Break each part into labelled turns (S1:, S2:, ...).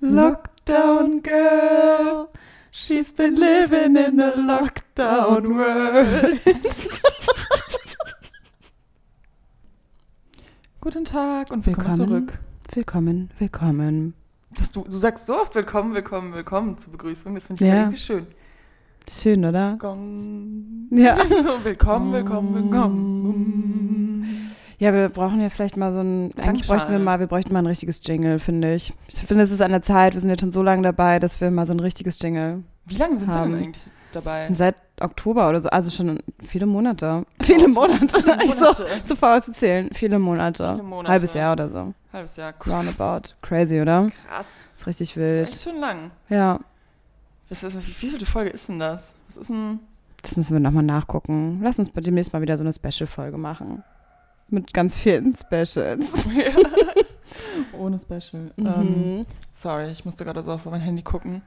S1: Lockdown Girl. She's been living in a lockdown world. Guten Tag und willkommen,
S2: Willkommen.
S1: zurück.
S2: Willkommen, willkommen.
S1: Das, du, du sagst so oft willkommen, willkommen, willkommen zur Begrüßung. Das finde ich
S2: Ja.
S1: immer irgendwie schön.
S2: Schön, oder?
S1: Gong.
S2: Ja.
S1: So, willkommen, willkommen, willkommen.
S2: Ja, wir brauchen ja vielleicht mal so ein. Eigentlich
S1: Klangschale.
S2: bräuchten wir mal, wir bräuchten mal ein richtiges Jingle, finde ich. Ich finde, es ist an der Zeit, wir sind jetzt schon so lange dabei, dass wir mal so ein richtiges Jingle.
S1: Wie lange sind wir
S2: Haben.
S1: denn eigentlich dabei?
S2: Und Seit Oktober oder so, also schon viele Monate. Viele Monate. Ich so
S1: Monate.
S2: zu faul zu zählen. Viele Monate.
S1: Viele Monate.
S2: Halbes Jahr oder so.
S1: Halbes Jahr. Krass.
S2: Roundabout. Crazy, oder?
S1: Krass.
S2: Ist richtig
S1: Das ist
S2: wild.
S1: echt schon lang.
S2: Ja.
S1: Das ist, wie viele Folge ist denn das? Das ist ein.
S2: Das müssen wir nochmal nachgucken. Lass uns bei demnächst mal wieder so eine Special-Folge machen. Mit ganz vielen Specials.
S1: Ohne Special. Ähm,
S2: Mhm.
S1: sorry, ich musste gerade so auf mein Handy gucken.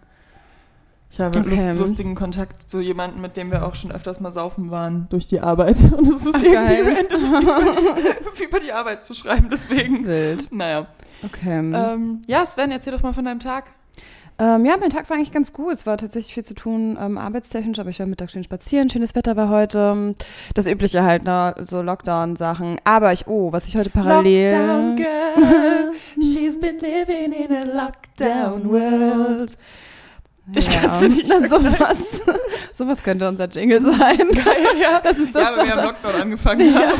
S1: Ich habe
S2: Okay.
S1: lust, lustigen Kontakt zu jemandem, mit dem wir auch schon öfters mal saufen waren durch die Arbeit. Und es ist
S2: Ach,
S1: irgendwie
S2: geil.
S1: random, irgendwie über die Arbeit zu schreiben, deswegen.
S2: Wild.
S1: Naja.
S2: Okay.
S1: Ähm, ja, Sven, erzähl doch mal von deinem Tag.
S2: Ähm, ja, mein Tag war eigentlich ganz gut. Es war tatsächlich viel zu tun, ähm, arbeitstechnisch, aber ich war mittags schön spazieren. Schönes Wetter war heute. Das übliche halt, ne, so Lockdown-Sachen. Aber ich, oh, was ich heute parallel.
S1: Lockdown Girl, she's been living in a lockdown world. Ich kann's mir nicht
S2: Na, sowas, sowas könnte unser Jingle sein.
S1: Geil, ja.
S2: Lass uns das,
S1: ja, aber wir
S2: doch,
S1: haben Lockdown angefangen. Ja.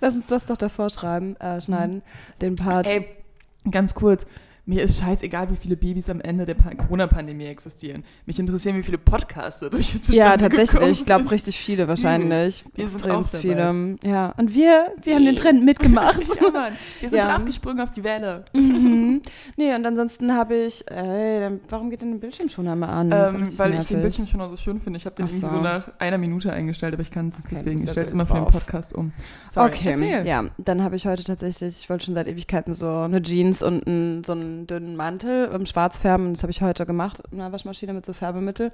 S2: lass uns das doch davor schreiben, äh, schneiden, den Part.
S1: Ey, ganz kurz. Mir ist scheißegal, wie viele Babys am Ende der Pa- Corona-Pandemie existieren. Mich interessieren, wie viele Podcasts dadurch jetzt
S2: ja,
S1: zustande gekommen
S2: tatsächlich. Ich glaube,
S1: sind.
S2: richtig viele wahrscheinlich.
S1: Wir sind
S2: Extrem
S1: auch dabei.
S2: viele. Ja. Und wir, wir haben den Trend mitgemacht.
S1: ja, Mann. Wir sind
S2: Ja.
S1: draufgesprungen auf die Welle.
S2: mhm. Nee, und ansonsten habe ich, ey, dann, warum geht denn der Bildschirm schon einmal an? Hm, Das ist
S1: Ähm,
S2: richtig
S1: weil ich den
S2: nervig.
S1: Bildschirm schon mal so schön finde. Ich habe den
S2: Ach
S1: irgendwie
S2: so.
S1: so nach einer Minute eingestellt, aber ich kann es
S2: Okay,
S1: deswegen.
S2: du
S1: Ich
S2: bist
S1: stelle es
S2: also
S1: immer für den
S2: drauf.
S1: Podcast um. Sorry,
S2: okay,
S1: erzähl.
S2: ja, dann habe ich heute tatsächlich, ich wollte schon seit Ewigkeiten so eine Jeans und einen, so einen dünnen Mantel im Schwarz färben. Das habe ich heute gemacht in einer Waschmaschine mit so Färbemittel.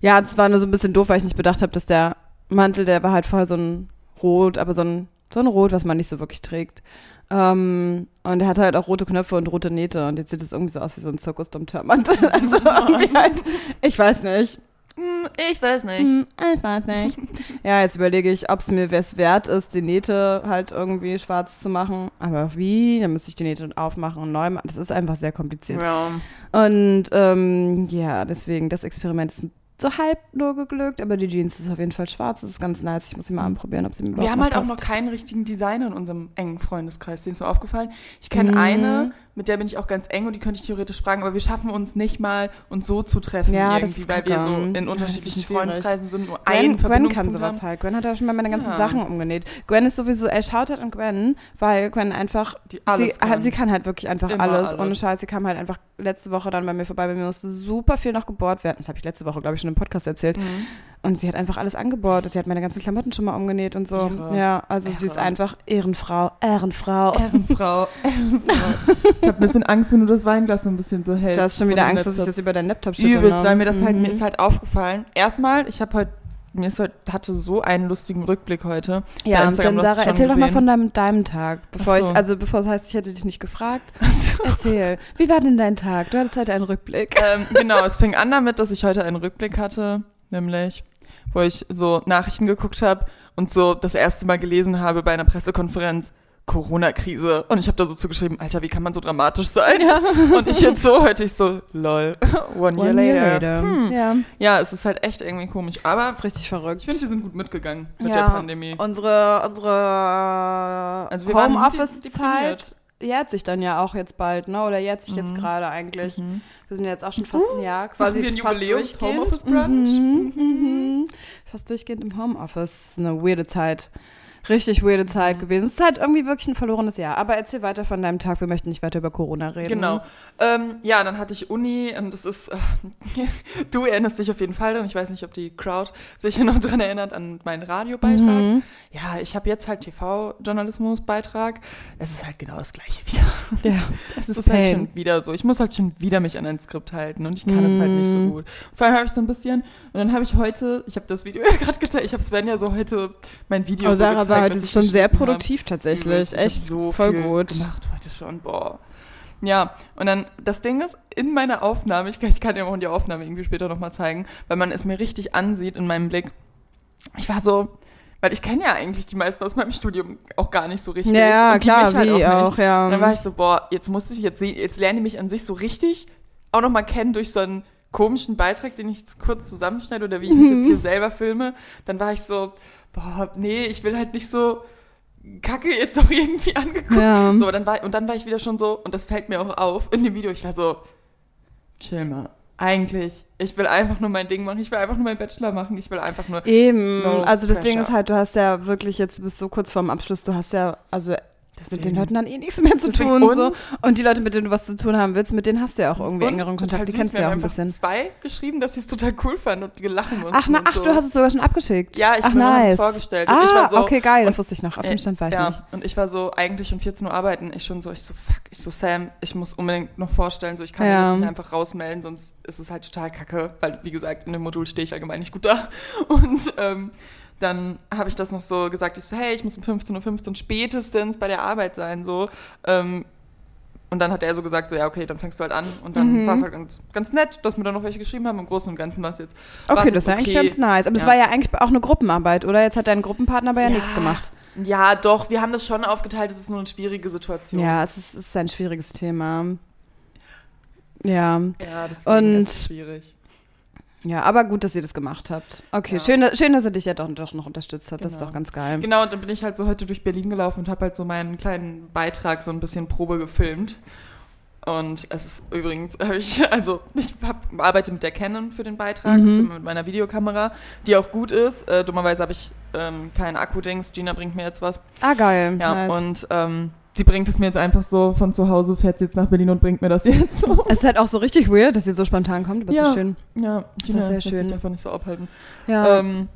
S2: Ja, das war nur so ein bisschen doof, weil ich nicht bedacht habe, dass der Mantel, der war halt vorher so ein Rot, aber so ein, so ein Rot, was man nicht so wirklich trägt. Ähm, und er hatte halt auch rote Knöpfe und rote Nähte. Und jetzt sieht es irgendwie so aus wie so ein Zirkusdomtörmantel. Also irgendwie halt, ich weiß nicht.
S1: Hm, Ich weiß nicht.
S2: Hm, ich weiß nicht. ja, jetzt überlege ich, ob es mir was wert ist, die Nähte halt irgendwie schwarz zu machen. Aber wie? Dann müsste ich die Nähte aufmachen und neu machen. Das ist einfach sehr kompliziert.
S1: Ja.
S2: Und ähm, ja, deswegen, das Experiment ist so halb nur geglückt, aber die Jeans ist auf jeden Fall schwarz. Das ist ganz nice. Ich muss sie mal anprobieren, ob sie mir überhaupt
S1: Wir haben halt auch
S2: passt.
S1: noch keinen richtigen Designer in unserem engen Freundeskreis. Den ist mir aufgefallen. Ich kenne
S2: Mhm.
S1: eine, mit der bin ich auch ganz eng und die könnte ich theoretisch fragen, aber wir schaffen uns nicht mal, uns so zu treffen
S2: Ja, das
S1: irgendwie,
S2: ist
S1: weil wir
S2: kacke.
S1: so
S2: Ja, das
S1: in
S2: ist
S1: unterschiedlichen
S2: schwierig.
S1: Freundeskreisen sind, nur
S2: Gwen,
S1: ein
S2: Gwen kann
S1: Verbindungspunkt
S2: sowas
S1: haben.
S2: halt. Gwen hat ja schon mal meine ganzen
S1: Ja.
S2: Sachen umgenäht. Gwen ist sowieso, ey, Shoutout an Gwen, weil Gwen einfach
S1: Die alles
S2: sie,
S1: kann.
S2: Hat, sie kann halt wirklich einfach
S1: Immer
S2: alles.
S1: alles.
S2: Ohne Scheiß, sie kam halt einfach letzte Woche dann bei mir vorbei. Bei mir musste super viel noch gebohrt werden. Das habe ich letzte Woche, glaube ich, schon im Podcast erzählt.
S1: Mhm.
S2: Und sie hat einfach alles angebohrt. Und sie hat meine ganzen Klamotten schon mal umgenäht und so.
S1: Irre.
S2: Ja, also sie ist
S1: Irre.
S2: einfach Ehrenfrau. Ehrenfrau.
S1: Ehrenfrau, Ehrenfrau. Ich habe ein bisschen Angst, wenn du das Weinglas so ein bisschen so hältst.
S2: Du hast schon wieder
S1: von dem
S2: Angst, dass ich
S1: Laptop.
S2: das über deinen Laptop schütte.
S1: Übelst,
S2: ne?
S1: weil mir das halt,
S2: Mhm.
S1: mir ist halt aufgefallen. Erstmal, ich habe heute, mir ist heute, hatte so einen lustigen Rückblick heute. bei
S2: Ja,
S1: Instagram,
S2: dann
S1: du hast es
S2: Sarah,
S1: schon
S2: erzähl doch mal
S1: gesehen.
S2: von deinem, deinem Tag. Bevor
S1: Ach so.
S2: ich, also bevor es heißt, ich hätte dich nicht gefragt. Erzähl. Wie war denn dein Tag? Du hattest heute einen Rückblick.
S1: ähm, genau, es fing an damit, dass ich heute einen Rückblick hatte, nämlich, wo ich so Nachrichten geguckt habe und so das erste Mal gelesen habe bei einer Pressekonferenz. Corona-Krise. Und ich habe da so zugeschrieben, Alter, wie kann man so dramatisch sein? Und ich jetzt so, heute ich so, lol, one, year later. Hm.
S2: Ja.
S1: Ja, es ist halt echt irgendwie komisch. Aber
S2: Das ist richtig
S1: ich
S2: verrückt.
S1: finde, wir sind gut mitgegangen mit
S2: Ja.
S1: der Pandemie.
S2: Unsere, unsere
S1: Also wir waren
S2: Homeoffice-Zeit jährt sich dann ja auch jetzt bald, ne? Oder jährt sich jetzt
S1: Mhm.
S2: gerade eigentlich. Wir sind ja jetzt auch schon fast ein Jahr quasi
S1: Uh, wir ein
S2: fast
S1: Jubiläums-
S2: durchgehend.
S1: Homeoffice-Brunch?
S2: Mhm, mhm. Fast durchgehend im Homeoffice. Eine weirde Zeit. Richtig weirde
S1: Mhm.
S2: Zeit gewesen. Es ist halt irgendwie wirklich ein verlorenes Jahr. Aber erzähl weiter von deinem Tag. Wir möchten nicht weiter über Corona reden.
S1: Genau. Ähm, ja, dann hatte ich Uni und das ist, äh, du erinnerst dich auf jeden Fall dran. Ich weiß nicht, ob die Crowd sich hier noch dran erinnert an meinen Radiobeitrag.
S2: Mhm.
S1: Ja, ich habe jetzt halt TV-Journalismus-Beitrag. Es ist halt genau das gleiche wieder.
S2: Ja, es
S1: Es
S2: ist
S1: ist halt
S2: Pain.
S1: schon wieder so. Ich muss halt schon wieder mich an ein Skript halten und ich kann es halt nicht so
S2: Mhm.
S1: gut. Vor allem habe ich so ein bisschen, und dann habe ich heute, ich habe das Video ja gerade gezeigt, ich habe Sven ja so heute mein Video
S2: Aber
S1: so
S2: Oh, Sarah
S1: gezeigt,
S2: war heute
S1: was Mhm. ich
S2: schon sehr
S1: geschnitten habe.
S2: produktiv tatsächlich.
S1: Ich hab
S2: Echt
S1: so
S2: voll
S1: viel
S2: gut.
S1: gemacht heute schon, boah. Ja, und dann, das Ding ist, in meiner Aufnahme, ich kann, ich kann dir auch die Aufnahme irgendwie später nochmal zeigen, weil man es mir richtig ansieht in meinem Blick. Ich war so, weil ich kenne ja eigentlich die meisten aus meinem Studium auch gar nicht so richtig.
S2: Ja, ja,
S1: Und die
S2: klar,
S1: mich halt
S2: wie
S1: nicht.
S2: auch, ja.
S1: Und dann war ich so, boah, jetzt muss ich, jetzt, se- jetzt lerne ich mich an sich so richtig auch nochmal kennen durch so einen komischen Beitrag, den ich jetzt kurz zusammenschneide oder wie ich mich jetzt
S2: Mhm.
S1: hier selber filme. Dann war ich so, boah, nee, ich will halt nicht so kacke jetzt auch irgendwie angeguckt.
S2: Ja.
S1: So, dann war, und dann war ich wieder schon so, und das fällt mir auch auf in dem Video, ich war so, chill mal. Eigentlich, ich will einfach nur mein Ding machen, ich will einfach nur meinen Bachelor machen, ich will einfach nur.
S2: Eben,
S1: No
S2: also das Ding
S1: pressure.
S2: ist halt, du hast ja wirklich jetzt, du bist so kurz vorm Abschluss, du hast ja, also mit den
S1: Deswegen.
S2: Leuten dann eh nichts mehr zu
S1: Deswegen
S2: tun. Und, so.
S1: und-
S2: und die Leute, mit denen du was zu tun haben willst, mit denen hast du ja auch irgendwie engeren
S1: Und total
S2: Kontakt, die
S1: süß,
S2: kennst du
S1: mir
S2: ja auch
S1: haben
S2: ein
S1: einfach
S2: bisschen.
S1: Zwei geschrieben, dass sie es total cool fanden und gelachen mussten.
S2: Ach, na,
S1: und
S2: ach
S1: so.
S2: du hast es sogar schon abgeschickt.
S1: Ja, ich
S2: ach,
S1: mir haben es vorgestellt. Und
S2: Ah,
S1: ich war so-
S2: okay, geil, das
S1: und-
S2: wusste ich noch. Auf
S1: Äh,
S2: dem Stand war ich
S1: ja,
S2: nicht.
S1: und ich war so eigentlich um 14 Uhr arbeiten. Ich schon so, ich so, fuck, ich so, Sam, ich muss unbedingt noch vorstellen, so, ich kann
S2: Ja.
S1: mich jetzt nicht einfach rausmelden, sonst ist es halt total kacke, weil, wie gesagt, in dem Modul stehe ich allgemein nicht gut da. Und ähm, dann habe ich das noch so gesagt, ich so, hey, ich muss um 15.15 Uhr spätestens bei der Arbeit sein, so. Ähm, und dann hat er so gesagt, so, ja, okay, dann fängst du halt an. Und dann
S2: Mhm.
S1: war es halt ganz, ganz nett, dass mir dann noch welche geschrieben haben. Im Großen und Ganzen war es jetzt. war's
S2: Okay,
S1: jetzt
S2: das ist ja eigentlich
S1: okay.
S2: ganz nice. Aber es
S1: Ja.
S2: war ja eigentlich auch eine Gruppenarbeit, oder? Jetzt hat dein Gruppenpartner aber ja,
S1: Ja.
S2: nichts gemacht.
S1: Ja, doch, wir haben das schon aufgeteilt, es ist nur eine schwierige Situation.
S2: Ja, es ist, es ist ein schwieriges Thema. Ja,
S1: Ja, das
S2: Und-
S1: ist es schwierig.
S2: ja, aber gut, dass ihr das gemacht habt. Okay,
S1: Ja.
S2: schön, dass- schön, dass er dich ja doch, doch noch unterstützt hat. Das ist
S1: Genau.
S2: doch ganz geil.
S1: Genau, und dann bin ich halt so heute durch Berlin gelaufen und habe halt so meinen kleinen Beitrag so ein bisschen Probe gefilmt. Und es ist übrigens, hab ich, also ich hab, arbeite mit der Canon für den Beitrag,
S2: Mhm.
S1: filme mit meiner Videokamera, die auch gut ist. Äh, dummerweise habe ich ähm, keinen Akku-Dings. Gina bringt mir jetzt was.
S2: Ah, geil.
S1: Ja,
S2: nice.
S1: und ähm, sie bringt es mir jetzt einfach so von zu Hause, fährt sie jetzt nach Berlin und bringt mir das jetzt so.
S2: es ist halt auch so richtig weird, dass ihr so spontan kommt, aber es ist
S1: Ja.
S2: so schön.
S1: Ja,
S2: ist sehr
S1: lässt sich
S2: schön.
S1: davon nicht so abhalten.
S2: Ja.
S1: Ähm,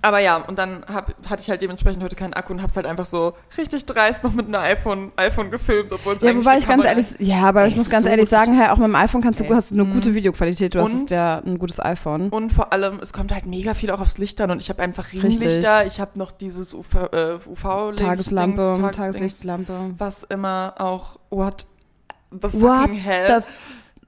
S1: aber ja, und dann hab, hatte ich halt dementsprechend heute keinen Akku und hab's halt einfach so richtig dreist noch mit einem iPhone, iPhone gefilmt, obwohl es
S2: ja,
S1: eigentlich
S2: wobei
S1: eine
S2: ich ganz
S1: Kamera
S2: ehrlich, ja, aber
S1: Ey,
S2: ich muss
S1: ist
S2: ganz
S1: so
S2: ehrlich
S1: gut.
S2: sagen, hey, auch mit dem iPhone kannst du,
S1: Ey.
S2: hast du eine
S1: Mhm.
S2: gute Videoqualität. Du hast
S1: Und?
S2: ja ein gutes iPhone.
S1: Und vor allem, es kommt halt mega viel auch aufs Licht an und ich habe einfach Ringlichter, ich habe noch dieses UV, äh, UV-Licht,
S2: Tageslampe,
S1: Dings, Tagesdings,
S2: Tageslichtlampe.
S1: was immer auch, what the fucking
S2: What
S1: hell,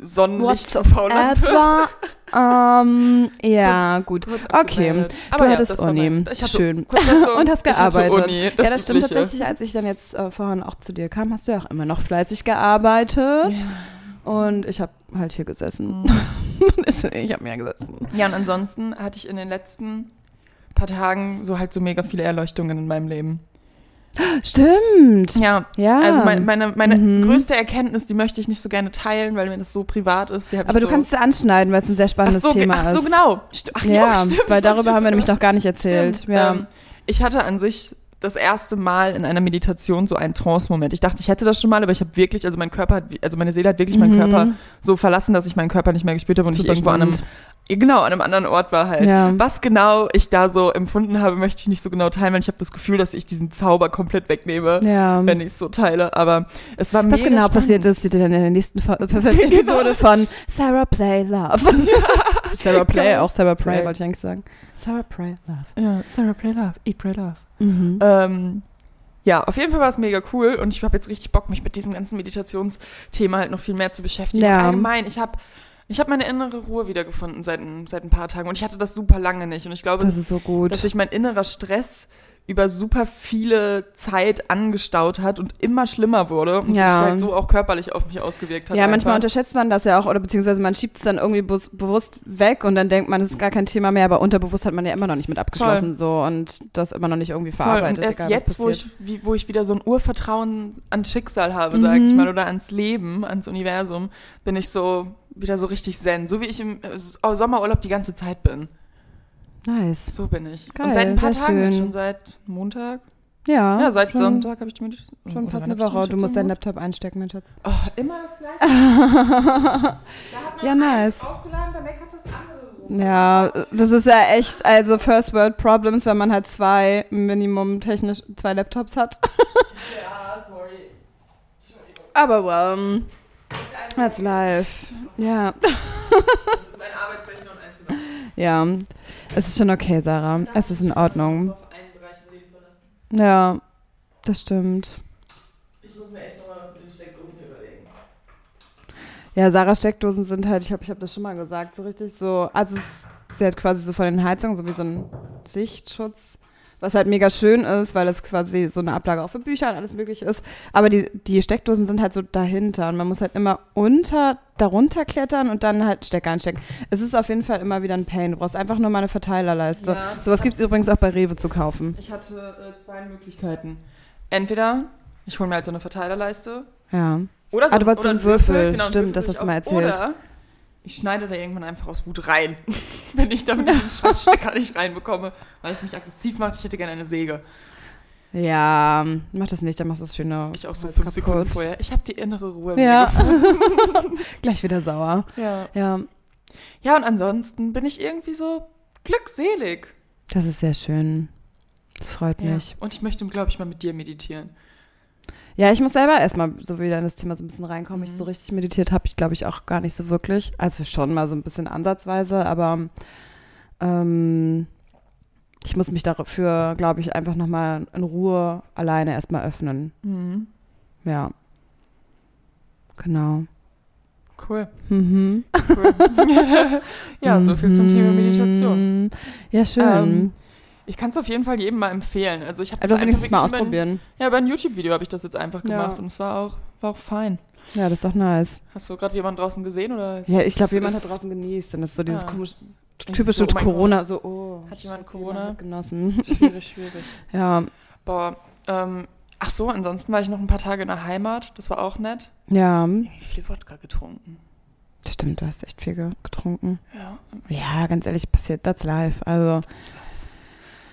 S1: Sonnenlicht,
S2: What's
S1: UV-Lampe.
S2: Ever. Ähm, ja, gut.
S1: Kurz
S2: Okay.
S1: abgemeldet. Aber ja,
S2: hattest
S1: das war
S2: Uni.
S1: mein- Ich hatte
S2: Schön.
S1: kurz was so-
S2: Und hast
S1: ich hatte
S2: gearbeitet.
S1: Uni,
S2: ja, das stimmt
S1: Übliche.
S2: tatsächlich. Als ich dann jetzt äh, vorhin auch zu dir kam, hast du ja auch immer noch fleißig gearbeitet. Und ich habe halt hier gesessen.
S1: Mhm.
S2: ich habe mehr gesessen.
S1: Ja, und ansonsten hatte ich in den letzten paar Tagen so halt so mega viele Erleuchtungen in meinem Leben.
S2: Stimmt.
S1: Ja.
S2: Ja.
S1: Also mein, meine, meine
S2: Mhm.
S1: größte Erkenntnis, die möchte ich nicht so gerne teilen, weil mir das so privat ist. Die hab
S2: aber
S1: ich
S2: du
S1: so,
S2: kannst es anschneiden, weil es ein sehr
S1: ach
S2: spannendes
S1: so, ge-
S2: Thema
S1: ach so
S2: ist.
S1: genau. St- Ach,
S2: Ja,
S1: stimmt, das
S2: weil
S1: hab
S2: darüber
S1: ich
S2: haben wir nämlich
S1: jetzt
S2: noch gar nicht
S1: gemacht.
S2: erzählt.
S1: Stimmt.
S2: Ja.
S1: Ähm, ich hatte an sich das erste Mal in einer Meditation so einen Trance-Moment. Ich dachte, ich hätte das schon mal, aber ich habe wirklich, also mein Körper, hat, also meine Seele hat wirklich meinen
S2: Mhm.
S1: Körper so verlassen, dass ich meinen Körper nicht mehr gespürt habe und ich
S2: Super
S1: irgendwo an einem,
S2: spannend.
S1: genau an einem anderen Ort war halt.
S2: ja.
S1: Was genau ich da so empfunden habe, möchte ich nicht so genau teilen, weil ich habe das Gefühl, dass ich diesen Zauber komplett wegnehme,
S2: ja.
S1: wenn ich es so teile. Aber es war
S2: Was genau
S1: mega spannend. Genau.
S2: passiert ist, seht ihr dann in der nächsten Fo- äh, Episode von Sarah Play Love. Sarah Play, auch Sarah Play,
S1: Genau. Play.
S2: wollte ich eigentlich sagen. Sarah Play Love.
S1: Ja, Sarah, pray love, eat, pray love.
S2: Mhm.
S1: Ähm, ja, auf jeden Fall war es mega cool und ich habe jetzt richtig Bock, mich mit diesem ganzen Meditationsthema halt noch viel mehr zu beschäftigen.
S2: Ja.
S1: Und Allgemein, ich habe ich hab meine innere Ruhe wiedergefunden seit, ein- seit ein paar Tagen und ich hatte das super lange nicht. Und ich glaube,
S2: Das ist so gut.
S1: dass sich mein innerer Stress über super viele Zeit angestaut hat und immer schlimmer wurde und
S2: Ja.
S1: sich halt so auch körperlich auf mich ausgewirkt hat.
S2: ja, manchmal
S1: einfach.
S2: unterschätzt man das ja auch, oder beziehungsweise man schiebt es dann irgendwie bus- bewusst weg und dann denkt man, es ist gar kein Thema mehr, aber unterbewusst hat man ja immer noch nicht mit abgeschlossen so und das immer noch nicht irgendwie
S1: Voll.
S2: verarbeitet.
S1: Und erst
S2: egal, was
S1: jetzt, wo
S2: passiert.
S1: ich, wie, wo ich wieder so ein Urvertrauen ans Schicksal habe, sage ich
S2: Mhm.
S1: mal, oder ans Leben, ans Universum, bin ich so wieder so richtig zen. So wie ich im äh, Sommerurlaub die ganze Zeit bin.
S2: Nice.
S1: So bin ich.
S2: Geil,
S1: und seit ein paar
S2: sehr schön.
S1: Tagen, schon seit Montag,
S2: Ja,
S1: ja, seit
S2: schon,
S1: Sonntag habe ich die Meditation.
S2: Schon
S1: oder
S2: fast
S1: wann
S2: eine
S1: hab ich die
S2: Woche. Du musst deinen
S1: Meditation
S2: Laptop einstecken, mein Schatz.
S1: gemacht? Oh, immer das gleiche. Da hat man
S2: Ja,
S1: eins
S2: nice.
S1: aufgeladen, der Mac hat das andere.
S2: Ja, das ist ja echt, also First World Problems, wenn man halt zwei Minimum technisch zwei Laptops hat.
S1: Ja, sorry. Entschuldigung.
S2: Aber well, that's
S1: Das
S2: life. Ja,
S1: ist ein Arbeitsrechner und ein Finanz-
S2: ja. Es ist schon okay, Sarah. Es ist in Ordnung.
S1: auf einen Bereich im Leben verlassen.
S2: Ja, das stimmt.
S1: Ich muss mir echt nochmal was mit den Steckdosen überlegen.
S2: Ja, Sarahs Steckdosen sind halt, ich glaube, ich habe das schon mal gesagt, so richtig so, also es, sie hat quasi so von den Heizungen so wie so einen Sichtschutz, was halt mega schön ist, weil es quasi so eine Ablage auch für Bücher und alles möglich ist. Aber die, die Steckdosen sind halt so dahinter und man muss halt immer unter, darunter klettern und dann halt Stecker einstecken. Es ist auf jeden Fall immer wieder ein Pain. Du brauchst einfach nur mal eine Verteilerleiste.
S1: Ja.
S2: Sowas gibt es übrigens auch bei Rewe zu kaufen.
S1: Ich hatte äh, zwei Möglichkeiten. Entweder ich hole mir halt so eine Verteilerleiste.
S2: Ja.
S1: Oder so,
S2: Ah, du wolltest
S1: oder Genau,
S2: so einen Würfel. Stimmt, das hast du mal
S1: durchaus.
S2: erzählt.
S1: Oder ich schneide da irgendwann einfach aus Wut rein, wenn ich damit den Stecker nicht reinbekomme, weil es mich aggressiv macht. Ich hätte gerne eine Säge.
S2: Ja, mach das nicht, dann machst du es schöner.
S1: Ich auch so
S2: Holz
S1: fünf Sekunden
S2: kaputt.
S1: vorher. Ich habe die innere Ruhe.
S2: Ja. Gleich wieder sauer.
S1: ja.
S2: Ja,
S1: Ja, und ansonsten bin ich irgendwie so glückselig.
S2: das ist sehr schön. Das freut
S1: Ja.
S2: mich.
S1: Und ich möchte, glaube ich, mal mit dir meditieren.
S2: Ja, ich muss selber erstmal so wieder in das Thema so ein bisschen reinkommen. Ich
S1: Mhm.
S2: so richtig meditiert habe ich, glaube ich, auch gar nicht so wirklich. Also schon mal so ein bisschen ansatzweise, aber ähm, ich muss mich dafür, glaube ich, einfach nochmal in Ruhe alleine erstmal öffnen. Mhm. Ja. Genau.
S1: Cool.
S2: Mhm.
S1: cool. ja, so viel zum Thema Meditation.
S2: Mhm. Ja, schön.
S1: Ähm, Ich kann es auf jeden Fall jedem mal empfehlen. Also ich habe
S2: also
S1: das einfach
S2: wenigstens mal
S1: wirklich über ein-
S2: ausprobieren.
S1: Ja, bei einem YouTube-Video habe ich das jetzt einfach
S2: Ja.
S1: gemacht und es war auch, war auch fein.
S2: Ja, das ist doch nice.
S1: Hast du gerade jemanden draußen gesehen oder? ist-
S2: Ja, ich
S1: ist-
S2: glaube, jemand
S1: ist-
S2: hat draußen genießt und das ist so dieses
S1: Ah.
S2: komische,
S1: ist
S2: typische
S1: so, oh mein
S2: Corona, so, oh.
S1: Hat jemand
S2: hat
S1: Corona?
S2: hat genossen.
S1: Gott. Schwierig, schwierig.
S2: ja,
S1: Boah. Ähm, ach so, ansonsten war ich noch ein paar Tage in der Heimat. Das war auch nett.
S2: ja,
S1: Ich hab viel Wodka getrunken.
S2: stimmt, du hast echt viel ge- getrunken.
S1: Ja.
S2: Ja, ganz ehrlich, passiert, that's life. Also,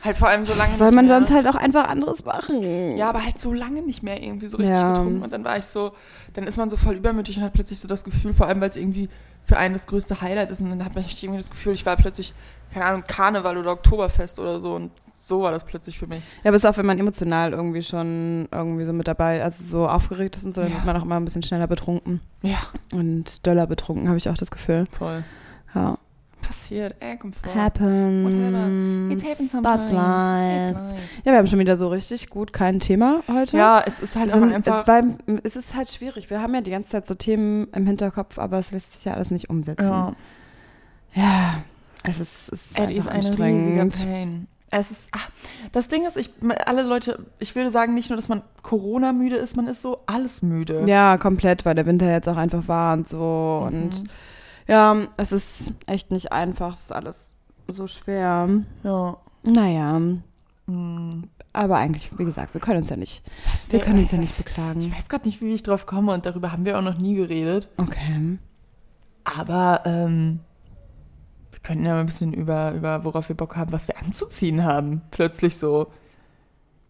S1: Halt vor allem so lange.
S2: soll
S1: nicht
S2: man
S1: mehr.
S2: sonst halt auch einfach anderes machen?
S1: Ja, aber halt so lange nicht mehr irgendwie so richtig
S2: Oh. Ja.
S1: getrunken. Und dann war ich so, dann ist man so voll übermütig und hat plötzlich so das Gefühl, vor allem weil es irgendwie für einen das größte Highlight ist. Und dann hat man echt irgendwie das Gefühl, ich war plötzlich, keine Ahnung, Karneval oder Oktoberfest oder so. Und so war das plötzlich für mich.
S2: Ja, aber es ist auch, wenn man emotional irgendwie schon irgendwie so mit dabei, also so aufgeregt ist und so, dann
S1: Ja.
S2: wird man auch immer ein bisschen schneller betrunken.
S1: Ja.
S2: Und döller betrunken, habe ich auch das Gefühl.
S1: Voll.
S2: Ja.
S1: Passiert, ey, komm vor.
S2: Happen.
S1: It's happened sometimes.
S2: That's life. Ja, wir haben schon wieder so richtig gut kein Thema heute.
S1: Ja, es ist halt
S2: Wir sind,
S1: auch einfach.
S2: es, weil, es ist halt schwierig. Wir haben ja die ganze Zeit so Themen im Hinterkopf, aber es lässt sich ja alles nicht umsetzen.
S1: ja.
S2: Ja, es ist, es ist
S1: Eddie ist
S2: einfach
S1: ein riesiger
S2: anstrengend.
S1: Pain. Es ist, ah, das Ding ist, ich, alle Leute, ich würde sagen, nicht nur, dass man Corona müde ist, man ist so alles müde.
S2: Ja, komplett, weil der Winter jetzt auch einfach war und so.
S1: Mhm.
S2: Und ja, es ist echt nicht einfach. Es ist alles so schwer.
S1: ja.
S2: Naja,
S1: Mm.
S2: aber eigentlich, wie gesagt, wir können uns ja nicht, wir können uns ja nicht
S1: Ich
S2: beklagen.
S1: weiß gerade nicht, wie ich drauf komme und darüber haben wir auch noch nie geredet.
S2: Okay.
S1: Aber ähm, wir könnten ja mal ein bisschen über, über, worauf wir Bock haben, was wir anzuziehen haben. Plötzlich so.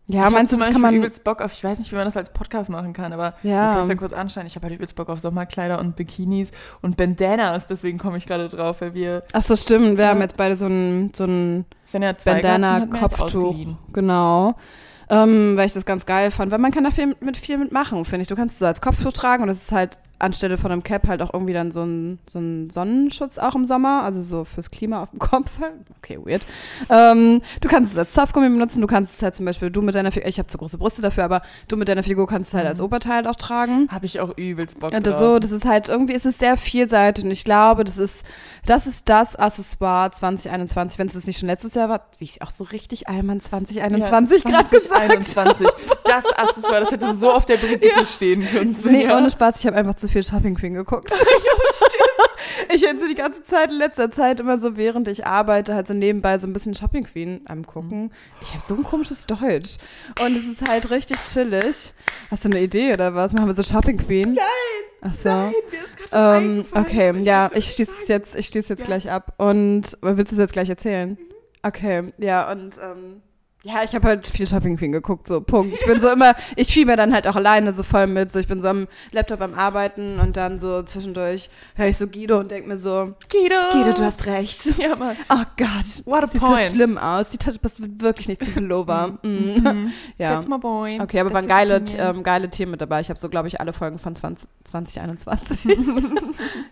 S2: Ja,
S1: ich hab
S2: meinst du,
S1: zum
S2: das
S1: Beispiel
S2: kann man.
S1: übelst Bock auf, ich weiß nicht, wie man das als Podcast machen kann, aber wir
S2: Ja.
S1: können es ja kurz anschneiden. Ich habe halt übelst Bock auf Sommerkleider und Bikinis und Bandanas, deswegen komme ich gerade drauf, weil wir,
S2: Ach so, stimmt. Wir
S1: Ja.
S2: haben jetzt beide so ein, so ein
S1: Sven hat zwei gehabt und hat mir jetzt
S2: Bandana-Kopftuch.
S1: ausgeliehen.
S2: Genau. Ähm, weil ich das ganz geil fand. Weil man kann da viel mit viel mitmachen, finde ich. Du kannst es so als Kopftuch tragen und es ist halt anstelle von einem Cap halt auch irgendwie dann so ein, so ein Sonnenschutz auch im Sommer, also so fürs Klima auf dem Kopf. halt. Okay, weird. Ähm, du kannst es als Zopfgummi benutzen, du kannst es halt zum Beispiel, du mit deiner Figur, ich habe zu große Brüste dafür, aber du mit deiner Figur kannst es halt als Oberteil auch tragen.
S1: Habe ich auch übelst Bock
S2: Ja,
S1: drauf.
S2: das, so, das ist halt irgendwie, es ist sehr vielseitig und ich glaube, das ist das, ist das Accessoire 2021, wenn es das nicht schon letztes Jahr war, wie ich auch so richtig Allmann 2021 gerade gesagt
S1: 21. Das Accessoire, das hätte so auf der Brigitte stehen können.
S2: Nee,
S1: Svenja.
S2: ohne Spaß, ich habe einfach zu viel Shopping Queen geguckt. ich bin so die ganze Zeit, in letzter Zeit immer so, während ich arbeite, halt so nebenbei so ein bisschen Shopping Queen am
S1: Mhm.
S2: gucken. Ich habe so ein komisches Deutsch und es ist halt richtig chillig. Hast du eine Idee oder was? Machen wir so Shopping Queen? Nein! Ach so.
S1: Mir ist grad was
S2: Ähm,
S1: eingefallen.
S2: okay,
S1: Ich
S2: ja,
S1: kann's
S2: ich
S1: nicht
S2: schließe es jetzt, ich schließe jetzt
S1: Ja. Mhm.
S2: gleich ab. Und willst du es jetzt gleich erzählen? Okay, ja, und ähm, ja, ich habe halt viel Shopping Queen geguckt, so Punkt. Ich bin so immer, ich fieber dann halt auch alleine so voll mit, so ich bin so am Laptop am Arbeiten und dann so zwischendurch höre ich so Guido und denk mir so,
S1: sagen. Guido.
S2: Guido, du hast recht.
S1: Ja, Mann.
S2: Oh Gott,
S1: What a
S2: sieht
S1: point.
S2: so schlimm aus. Die Tasche passt wirklich nicht zum Pullover. Mm.
S1: Mhm.
S2: ja.
S1: That's my boy.
S2: Okay, aber waren
S1: That's
S2: geile,
S1: his opinion.
S2: ähm, geile Themen mit dabei. Ich habe so, glaube ich, alle Folgen von 20, 2021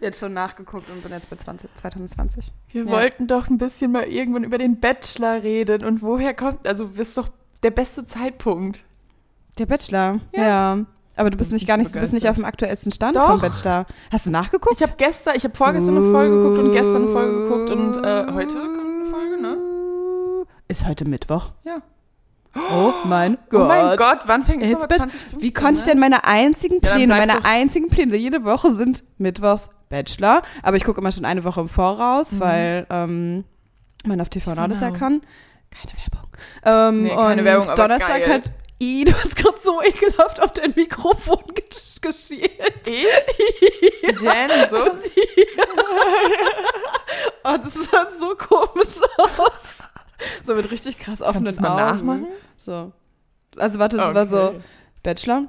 S2: jetzt schon nachgeguckt und bin jetzt bei 20, 2020.
S1: Wir
S2: ja.
S1: wollten doch ein bisschen mal irgendwann über den Bachelor reden und woher kommt, also ist doch der beste Zeitpunkt.
S2: Der Bachelor.
S1: Ja.
S2: Ja. aber du bist
S1: Bin
S2: nicht
S1: ich
S2: gar
S1: nicht
S2: nicht,
S1: so
S2: du bist nicht auf dem aktuellsten Stand
S1: Doch.
S2: vom Bachelor. Hast du nachgeguckt?
S1: Ich habe gestern, ich habe vorgestern eine Folge geguckt und gestern eine Folge geguckt und äh, heute kommt eine Folge, ne?
S2: Ist heute Mittwoch.
S1: Ja.
S2: Oh mein Gott.
S1: Oh mein Gott, wann fängt es
S2: Jetzt
S1: aber
S2: bist-
S1: 2015,
S2: Wie konnte ich
S1: ne?
S2: denn meine einzigen
S1: dann
S2: Pläne,
S1: bleib
S2: meine
S1: doch-
S2: einzigen Pläne jede Woche sind Mittwochs Bachelor, aber ich gucke immer schon eine Woche im Voraus, weil ähm, man auf TV Now das ja
S1: Mhm. Genau.
S2: kann. Keine Werbung. Ähm,
S1: Nee, keine
S2: und
S1: Werbung, aber
S2: Donnerstag
S1: geil.
S2: hat I, du hast gerade so ekelhaft auf dein Mikrofon gesch- geschielt.
S1: Ich? Wie denn so?
S2: Oh, das sah so komisch aus. So mit richtig krass offenen
S1: Kannst du mal
S2: Augen.
S1: nachmachen?
S2: So. Also warte, das war so Bachelor.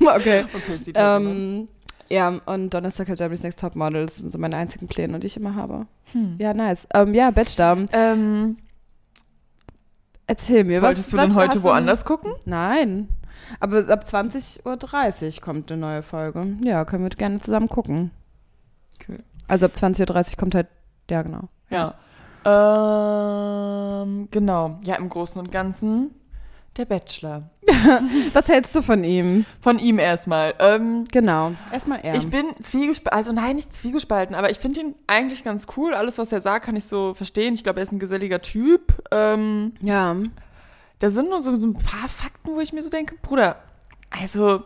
S2: okay.
S1: Okay, sieht halt
S2: Ähm,
S1: niemand.
S2: ja, und Donnerstag hat Germany's Next Top Models sind so meine einzigen Pläne, die ich immer habe.
S1: Hm.
S2: Ja, nice. Ähm, ja, Bachelor,
S1: ähm,
S2: erzähl mir,
S1: wolltest
S2: was
S1: du
S2: was
S1: denn
S2: hast
S1: heute
S2: du-
S1: woanders gucken?
S2: Nein. Aber ab 20.30 Uhr kommt eine neue Folge. Ja, können wir gerne zusammen gucken.
S1: Cool.
S2: Also ab 20.30 Uhr kommt halt, ja genau.
S1: Ja. Ähm, genau. Ja, im Großen und Ganzen der Bachelor.
S2: Was hältst du von ihm?
S1: Von ihm erstmal. Ähm,
S2: Genau. Erstmal er.
S1: Ich bin zwiegespalten, also nein, nicht zwiegespalten, aber ich finde ihn eigentlich ganz cool. Alles, was er sagt, kann ich so verstehen. Ich glaube, er ist ein geselliger Typ. Ähm,
S2: ja.
S1: da sind nur so, so ein paar Fakten, wo ich mir so denke, Bruder, also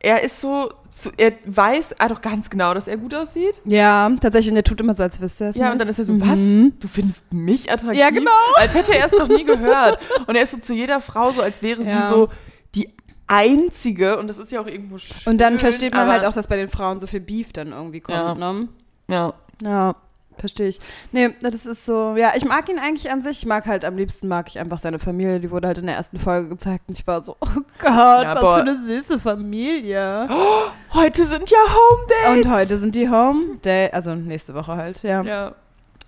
S1: er ist so, zu, er weiß ah, doch ganz genau, dass er gut aussieht.
S2: Ja, tatsächlich. Und er tut immer so, als wüsste er es
S1: Ja,
S2: nicht.
S1: und dann ist er so,
S2: Mhm.
S1: was? Du findest mich attraktiv?
S2: Ja, genau.
S1: Als hätte er es doch nie gehört. Und er ist so zu jeder Frau so, als wäre
S2: Ja.
S1: sie so die einzige. Und das ist ja auch irgendwo schön.
S2: Und dann versteht man
S1: aber-
S2: halt auch, dass bei den Frauen so viel Beef dann irgendwie kommt, ne?
S1: Ja.
S2: Ja, verstehe ich. Nee, das ist so, ja, ich mag ihn eigentlich an sich. Ich mag halt am liebsten, mag ich einfach seine Familie. Die wurde halt in der ersten Folge gezeigt und ich war so, oh Gott,
S1: Ja,
S2: was
S1: boah.
S2: für eine süße Familie.
S1: Heute sind ja Home Days.
S2: Und heute sind die Home Day, also nächste Woche halt, ja.
S1: Ja.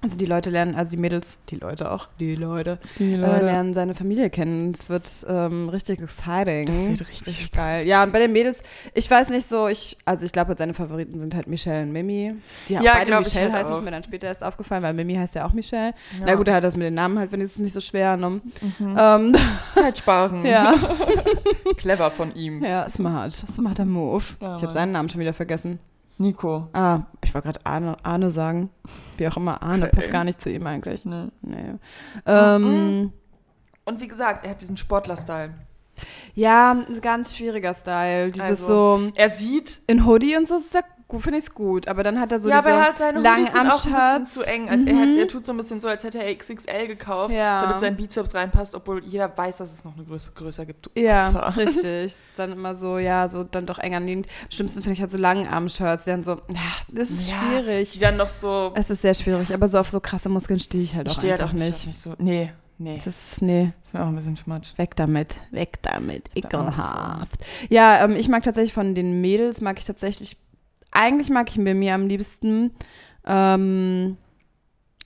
S2: Also die Leute lernen, also die Mädels, die Leute auch, die Leute,
S1: Die
S2: Äh, lernen seine Familie kennen. Es wird ähm, richtig exciting.
S1: Das wird richtig
S2: Richtig geil. Ja, und bei den Mädels, ich weiß nicht so, ich, also ich glaube, seine Favoriten sind halt Michelle und Mimi. Die haben
S1: Ja,
S2: beide
S1: glaub ich
S2: Michelle
S1: halt
S2: heißen,
S1: auch.
S2: ist mir dann später erst aufgefallen, weil Mimi heißt ja auch Michelle. Na gut, er hat das mit den Namen halt wenigstens nicht so schwer. Ne?
S1: Mhm.
S2: Ähm,
S1: Zeit sparen.
S2: ja.
S1: Clever von ihm.
S2: Mhm. ja, smart. Smarter Move. ich
S1: Ja,
S2: habe
S1: Mann.
S2: seinen Namen schon wieder vergessen.
S1: Nico.
S2: Ah, ich wollte gerade Arne, Arne sagen. Wie auch immer, Arne
S1: Okay.
S2: passt gar nicht zu ihm eigentlich.
S1: Ne.
S2: Nee. Ähm,
S1: Und wie gesagt, er hat diesen Sportler-Style.
S2: ja, ein ganz schwieriger Style. Dieses
S1: Also,
S2: so
S1: Er sieht.
S2: in Hoodie und so ist er gut, finde ich's gut. Aber dann hat er so diese langen
S1: Hoodies halt sind auch ein bisschen
S2: Armshirts. Mhm.
S1: zu eng. Als
S2: halt
S1: er, hat, er tut so ein bisschen so, als hätte er XXL gekauft,
S2: Ja.
S1: damit sein Bizeps reinpasst, obwohl jeder weiß, dass es noch eine Größe größer gibt. du
S2: Ja,
S1: Opfer.
S2: richtig. Ist dann immer so, ja, so dann doch eng anliegend. Am schlimmsten finde ich halt so Langarm-Shirts, die dann so, ja, das ist
S1: Ja, Die
S2: schwierig.
S1: dann noch so.
S2: Es ist sehr schwierig, aber so auf so krasse Muskeln stehe ich halt auch
S1: stehe halt
S2: einfach nicht.
S1: auf mich so. Nee, nee.
S2: Das ist, nee,
S1: ist mir auch ein bisschen too much.
S2: weg damit, weg damit,
S1: da Angst vor.
S2: ekelhaft. Ja, ähm, ich mag tatsächlich von den Mädels, mag ich tatsächlich, eigentlich mag ich Mimi am liebsten, ähm,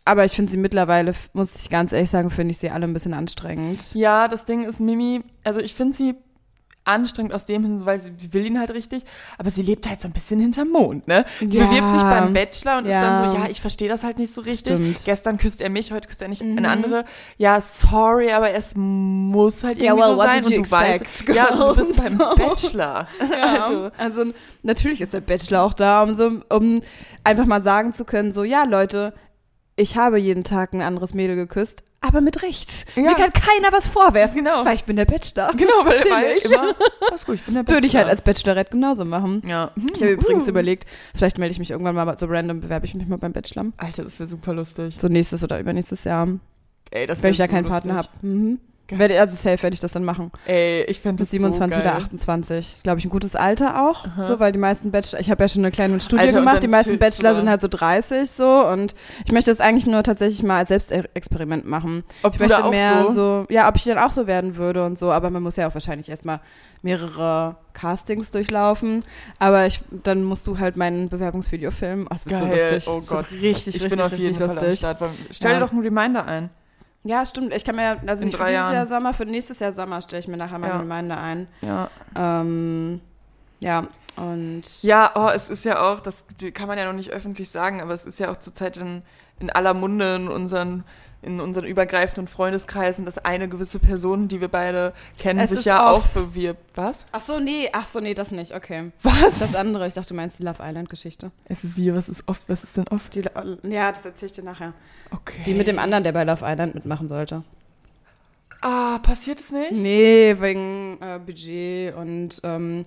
S2: aber ich finde sie mittlerweile, f- muss ich ganz ehrlich sagen, finde ich sie alle ein bisschen anstrengend.
S1: Ja, das Ding ist, Mimi, also ich finde sie anstrengend aus dem hin, weil sie, sie will ihn halt richtig, aber sie lebt halt so ein bisschen hinterm Mond, ne? Sie
S2: Ja.
S1: bewirbt sich beim Bachelor und
S2: Ja.
S1: ist dann so, ja, ich verstehe das halt nicht so richtig.
S2: Stimmt.
S1: Gestern küsst er mich, heute küsst er nicht
S2: Mhm.
S1: eine andere. Ja, sorry, aber es muss halt irgendwie
S2: Ja, well,
S1: so
S2: what
S1: sein
S2: did you
S1: und du weißt,
S2: expect,
S1: ja, du bist
S2: girls?
S1: beim Bachelor.
S2: Ja, also, natürlich ist der Bachelor auch da, um, so, um einfach mal sagen zu können, so, ja Leute, ich habe jeden Tag ein anderes Mädel geküsst, aber mit Recht.
S1: Ja.
S2: Mir kann keiner was vorwerfen,
S1: Genau.
S2: weil ich bin der Bachelor.
S1: genau, weil
S2: Chill
S1: weil
S2: ich.
S1: immer, alles gut, ich bin der Bachelor. Uh.
S2: Würde ich halt als Bachelorette genauso machen.
S1: ja.
S2: Ich habe übrigens überlegt, vielleicht melde ich mich irgendwann mal so random, bewerbe ich mich mal beim Bachelor.
S1: Alter, das wäre super lustig.
S2: So nächstes oder übernächstes Jahr,
S1: Ey, das
S2: wenn
S1: wär
S2: ich da
S1: so
S2: keinen
S1: lustig.
S2: Partner habe. Mhm.
S1: Geil.
S2: Werde- Also safe werde ich das dann machen.
S1: Ey, ich fände
S2: Mit
S1: das
S2: 27
S1: so geil.
S2: oder 28. Ist, glaube ich, ein gutes Alter auch.
S1: Aha.
S2: So, weil die meisten Bachelor, ich habe ja schon eine kleine Studie
S1: Alter, und
S2: gemacht,
S1: dann
S2: die meisten
S1: chillst du
S2: Bachelor
S1: da.
S2: sind halt so 30 so und ich möchte das eigentlich nur tatsächlich mal als Selbstexperiment machen.
S1: Ob
S2: Ich
S1: du
S2: möchte
S1: da auch
S2: mehr
S1: so?
S2: ja, ob ich dann auch so werden würde und so, aber man muss ja auch wahrscheinlich erstmal mehrere Castings durchlaufen. Aber ich, dann musst du halt mein Bewerbungsvideo filmen. Oh, das wird
S1: Geil.
S2: so lustig.
S1: Oh
S2: Das
S1: Gott.
S2: wird richtig,
S1: Ich
S2: richtig,
S1: bin auf
S2: richtig
S1: jeden Fall am
S2: lustig.
S1: Start. Weil- Stell
S2: Ja.
S1: dir doch einen Reminder ein.
S2: Ja, stimmt. Ich kann mir, also
S1: In
S2: nicht für
S1: drei
S2: dieses
S1: Jahren.
S2: Jahr Sommer, für nächstes Jahr Sommer stelle ich mir nachher mal
S1: Ja.
S2: eine Reminder ein.
S1: Ja.
S2: Ähm, ja, und
S1: Ja, oh, es ist ja auch, das kann man ja noch nicht öffentlich sagen, aber es ist ja auch zurzeit in, in aller Munde in unseren in unseren übergreifenden Freundeskreisen, dass eine gewisse Person, die wir beide kennen,
S2: Es
S1: sich
S2: ist
S1: ja auch
S2: auf-
S1: bewirbt. Was?
S2: Ach so, nee, ach so, nee, das nicht, okay.
S1: Was?
S2: Das andere, ich dachte, du meinst die Love Island-Geschichte.
S1: es ist wie, was ist oft, was ist denn oft?
S2: Die Lo- Ja, das erzähle ich dir nachher.
S1: Okay.
S2: Die mit dem anderen, der bei Love Island mitmachen sollte.
S1: Ah, passiert es nicht?
S2: Nee, wegen äh, Budget und ähm,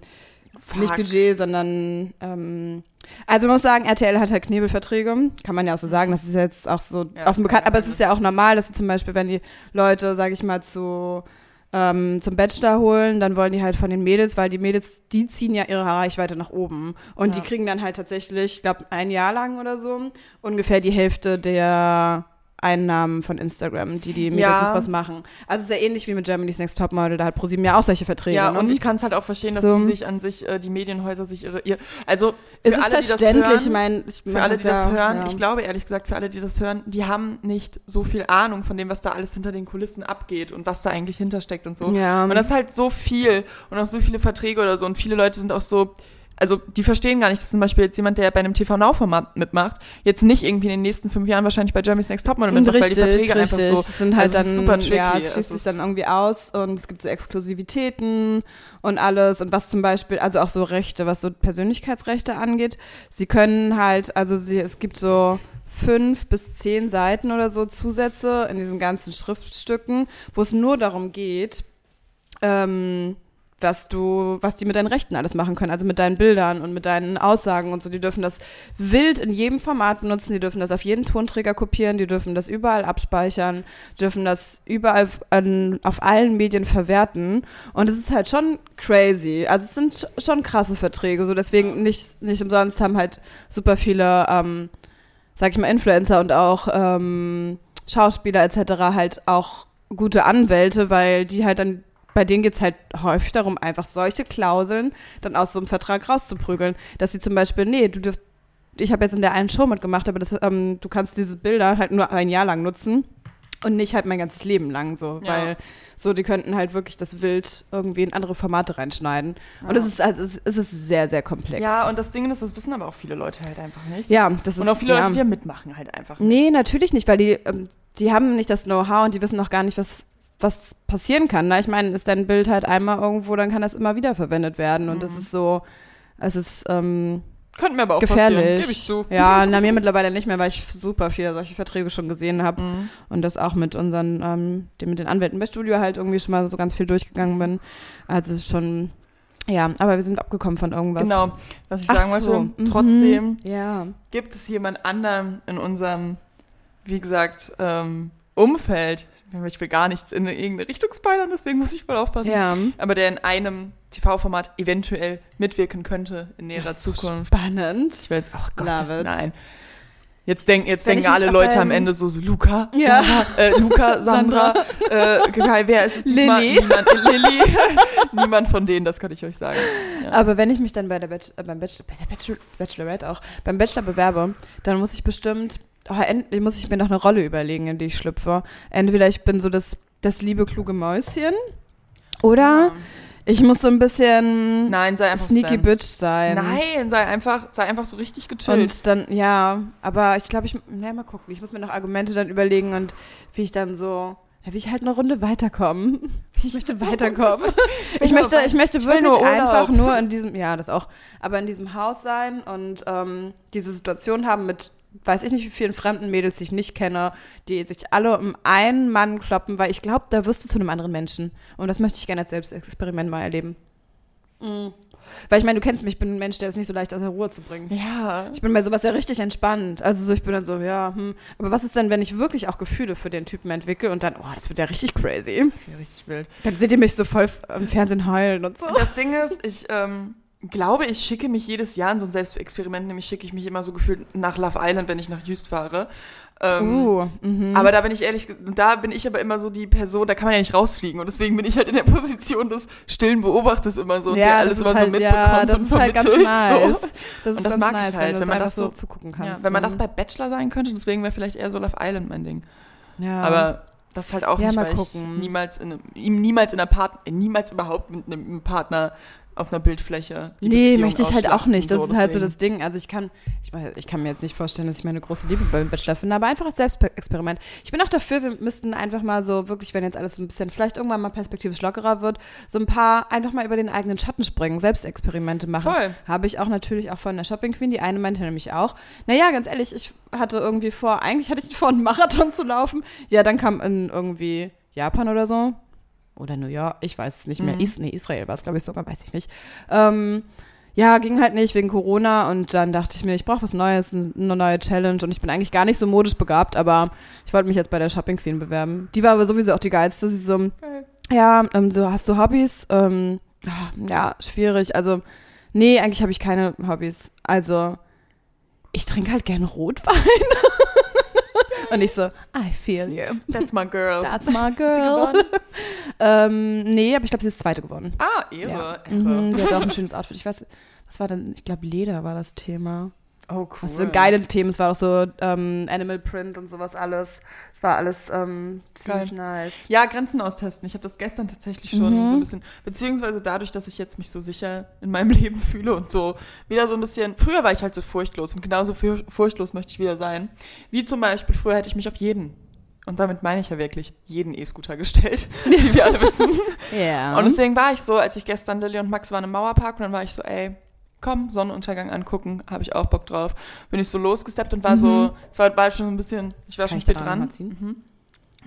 S1: Fuck.
S2: nicht Budget, sondern ähm, also man muss sagen, RTL hat halt Knebelverträge, kann man ja auch so sagen, das ist jetzt auch so offen
S1: Ja, das
S2: bekannt,
S1: kann
S2: aber
S1: man
S2: es ist ja auch normal, dass sie zum Beispiel, wenn die Leute, sag ich mal, zu ähm, zum Bachelor holen, dann wollen die halt von den Mädels, weil die Mädels, die ziehen ja ihre Reichweite nach oben und
S1: Ja.
S2: die kriegen dann halt tatsächlich, ich glaube, ein Jahr lang oder so ungefähr die Hälfte der Einnahmen von Instagram, die die Mädels
S1: Ja.
S2: jetzt was machen. Also sehr ähnlich wie mit Germany's Next Topmodel, da hat ProSieben ja auch solche Verträge.
S1: Ja,
S2: ne?
S1: und ich kann es halt auch verstehen, dass
S2: So.
S1: die sich an sich, äh, die Medienhäuser sich ihre, ihr, also für
S2: Es ist
S1: alle, die das
S2: verständlich,
S1: hören,
S2: ich meine, ich
S1: Für alle, die das hören,
S2: ja.
S1: ich glaube ehrlich gesagt, für alle, die das hören, die haben nicht so viel Ahnung von dem, was da alles hinter den Kulissen abgeht und was da eigentlich hintersteckt und so.
S2: Ja.
S1: Und das ist halt so viel und auch so viele Verträge oder so. Und viele Leute sind auch so, also die verstehen gar nicht, dass zum Beispiel jetzt jemand, der bei einem TV Now-Format mitmacht, jetzt nicht irgendwie in den nächsten fünf Jahren wahrscheinlich bei Jeremy's Next Topmodel mitmacht, weil die Verträge einfach so.
S2: Es sind halt
S1: also es
S2: dann,
S1: ist super tricky,
S2: ja, es
S1: es
S2: schließt sich
S1: ist-
S2: dann irgendwie aus und es gibt so Exklusivitäten und alles und was zum Beispiel, also auch so Rechte, was so Persönlichkeitsrechte angeht, sie können halt, also sie, es gibt so fünf bis zehn Seiten oder so Zusätze in diesen ganzen Schriftstücken, wo es nur darum geht, ähm, was du, was die mit deinen Rechten alles machen können, also mit deinen Bildern und mit deinen Aussagen und so. Die dürfen das wild in jedem Format benutzen, die dürfen das auf jeden Tonträger kopieren, die dürfen das überall abspeichern, dürfen das überall f- an, auf allen Medien verwerten. Und es ist halt schon crazy. Also es sind sch- schon krasse Verträge, so deswegen nicht, nicht umsonst haben halt super viele, ähm, sag ich mal, Influencer und auch ähm, Schauspieler etc. halt auch gute Anwälte, weil die halt dann bei denen geht's halt häufig darum, einfach solche Klauseln dann aus so einem Vertrag rauszuprügeln, dass sie zum Beispiel, nee, du dürft, ich habe jetzt in der einen Show mitgemacht, aber das, ähm, du kannst diese Bilder halt nur ein Jahr lang nutzen und nicht halt mein ganzes Leben lang so,
S1: Ja.
S2: weil so, die könnten halt wirklich das Wild irgendwie in andere Formate reinschneiden. Und es ist, also, es, es ist sehr, sehr komplex.
S1: Ja, und das Ding ist, das wissen aber auch viele Leute halt einfach nicht.
S2: ja das ist
S1: Und auch viele
S2: ja.
S1: Leute, die ja mitmachen, halt einfach. nicht.
S2: Nee, natürlich nicht, weil die, ähm, die haben nicht das Know-how und die wissen noch gar nicht, was, was passieren kann. Ne? Ich meine, ist dein Bild halt einmal irgendwo, dann kann das immer wieder verwendet werden. Und
S1: Mhm.
S2: das ist so, es ist ähm,
S1: Könnten mir aber auch passieren,
S2: gefährlich.
S1: gebe ich zu.
S2: Ja, na mir mittlerweile nicht mehr, weil ich super viele solche Verträge schon gesehen habe
S1: Mhm.
S2: und das auch mit unseren, ähm, dem, mit den Anwälten bei Studio halt irgendwie schon mal so ganz viel durchgegangen bin. Also es ist schon, ja, aber wir sind abgekommen von irgendwas.
S1: Genau, was ich
S2: Ach
S1: sagen
S2: so.
S1: wollte.
S2: Mhm.
S1: Trotzdem
S2: Ja.
S1: gibt es jemand anderen in unserem, wie gesagt, ähm, Umfeld. Ich will gar nichts in irgendeine Richtung spoilern, deswegen muss ich voll aufpassen.
S2: Ja.
S1: Aber der in einem TV-Format eventuell mitwirken könnte in näherer
S2: Das ist so
S1: Zukunft.
S2: Spannend.
S1: Ich will jetzt, oh Gott,
S2: Love it.
S1: nein. Jetzt, denk, jetzt
S2: Wenn ich
S1: denken alle
S2: mich ab,
S1: Leute am
S2: ähm,
S1: Ende so, so Luca,
S2: Ja.
S1: Sandra, äh, Luca, Sandra, äh, Kai, wer ist es diesmal?
S2: Lilly.
S1: Niemand, Lilly. Niemand von denen, das kann ich euch sagen.
S2: Aber wenn ich mich dann bei der, Bachelor, äh, beim Bachelor, bei der Bachelor, Bachelorette auch, beim Bachelor bewerbe, dann muss ich bestimmt, oh, endlich muss ich mir noch eine Rolle überlegen, in die ich schlüpfe. Entweder ich bin so das, das liebe kluge Mäuschen oder ich muss so ein bisschen
S1: Nein, sei einfach
S2: sneaky
S1: Sven.
S2: bitch sein.
S1: Nein, sei einfach, sei einfach so richtig gechillt.
S2: Und dann, ja, aber ich glaube, ich, na, mal gucken, ich muss mir noch Argumente dann überlegen und wie ich dann so, ja, wie ich halt eine Runde weiterkommen. Ich möchte weiterkommen. Ich
S1: will nur
S2: möchte,
S1: wei-
S2: ich möchte
S1: ich will
S2: wirklich
S1: nur Urlaub.
S2: einfach nur in diesem, ja, das auch, aber in diesem Haus sein und ähm, diese Situation haben mit, weiß ich nicht, wie vielen fremden Mädels, die ich nicht kenne, die sich alle um einen Mann kloppen, weil ich glaube, da wirst du zu einem anderen Menschen. Und das möchte ich gerne als Selbstexperiment mal erleben.
S1: Mhm.
S2: Weil ich meine, du kennst mich, ich bin ein Mensch, der ist nicht so leicht aus der Ruhe zu bringen.
S1: ja.
S2: Ich bin bei sowas ja richtig entspannt. Also so, ich bin dann so, ja, hm. Aber was ist denn, wenn ich wirklich auch Gefühle für den Typen entwickle und dann, oh, das wird ja richtig crazy.
S1: Das ist ja richtig wild.
S2: Dann seht ihr mich so voll f- im Fernsehen heulen und so.
S1: Das Ding ist, ich ähm, glaube, ich schicke mich jedes Jahr in so ein Selbstexperiment, nämlich schicke ich mich immer so gefühlt nach Love Island, wenn ich nach Houston fahre. Ähm,
S2: Uh, mhm.
S1: Aber da bin ich ehrlich, ge- da bin ich aber immer so die Person, da kann man ja nicht rausfliegen und deswegen bin ich halt in der Position des stillen Beobachters immer so, der alles
S2: das
S1: immer
S2: ist
S1: so
S2: halt-
S1: mitbekommt
S2: ja, das
S1: und
S2: ist halt ganz
S1: vermittelt.
S2: nice.
S1: so.
S2: Das ist
S1: Und das
S2: ganz
S1: mag ich
S2: nice,
S1: halt,
S2: wenn,
S1: wenn
S2: du
S1: man
S2: einfach
S1: das
S2: so
S1: so-
S2: zugucken kannst.
S1: Ja, wenn man
S2: ne?
S1: das bei Bachelor sein könnte, deswegen wäre vielleicht eher so Love Island mein Ding.
S2: ja.
S1: Aber das halt auch
S2: Ja,
S1: nicht,
S2: mal
S1: weil
S2: gucken.
S1: äh, ich niemals in einem, ihm niemals in einer Partner, niemals überhaupt mit einem Partner auf einer Bildfläche. Die
S2: nee,
S1: Beziehung
S2: möchte ich halt auch
S1: ausschlachten,
S2: nicht. Das ist halt so
S1: deswegen.
S2: das Ding. Also ich kann, ich, weiß- ich kann mir jetzt nicht vorstellen, dass ich meine große Liebe beim Bachelor finde, aber einfach als Selbstexperiment. Ich bin auch dafür, wir müssten einfach mal so wirklich, wenn jetzt alles so ein bisschen, vielleicht irgendwann mal perspektivisch lockerer wird, so ein paar einfach mal über den eigenen Schatten springen, Selbstexperimente machen.
S1: Voll.
S2: Habe ich auch natürlich auch von der Shopping Queen. Die eine meinte nämlich auch, naja, ganz ehrlich, ich hatte irgendwie vor, eigentlich hatte ich vor, einen Marathon zu laufen. Ja, dann kam in irgendwie Japan oder so. Oder New York, ich weiß es nicht mehr. Is nee, Israel war es, glaube ich, sogar, weiß ich nicht. Ähm, ja, ging halt nicht wegen Corona und dann dachte ich mir, ich brauche was Neues, n- eine neue Challenge und ich bin eigentlich gar nicht so modisch begabt, aber ich wollte mich jetzt bei der Shopping Queen bewerben. Die war aber sowieso auch die geilste. Sie so,
S1: Geil.
S2: ja, ähm, so hast du Hobbys? Ähm, ah, ja, schwierig. Also, nee, eigentlich habe ich keine Hobbys. Also, ich trinke halt gerne Rotwein. und ich so, I feel you.
S1: Yeah, that's my girl.
S2: That's my
S1: Oh. Hat sie
S2: girl.
S1: gewonnen?
S2: Ähm, nee, aber ich glaube, sie ist zweite gewonnen.
S1: Ah, Ehre. Ehre.
S2: Mhm, die hat auch ein schönes Outfit. Ich weiß, was war denn? Ich glaube, Leder war das Thema.
S1: Oh, cool.
S2: Was für geile Themen. Es war auch so ähm, Animal Print und sowas alles. Es war alles ähm, ziemlich nice.
S1: Ja, Grenzen austesten. Ich habe das gestern tatsächlich schon
S2: Mhm.
S1: so ein bisschen, beziehungsweise dadurch, dass ich jetzt mich so sicher in meinem Leben fühle und so wieder so ein bisschen, früher war ich halt so furchtlos und genauso fur furchtlos möchte ich wieder sein. Wie zum Beispiel, früher hätte ich mich auf jeden, und damit meine ich ja wirklich, jeden E-Scooter gestellt, wie wir alle wissen.
S2: Ja.
S1: Und deswegen war ich so, als ich gestern Lilly und Max waren im Mauerpark und dann war ich so, ey, komm, Sonnenuntergang angucken, habe ich auch Bock drauf. Bin ich so losgesteppt und war so, es war, war schon ein bisschen, ich war
S2: Mhm. Kann
S1: schon
S2: ich
S1: spät
S2: daran
S1: dran.
S2: mal ziehen?
S1: Mhm.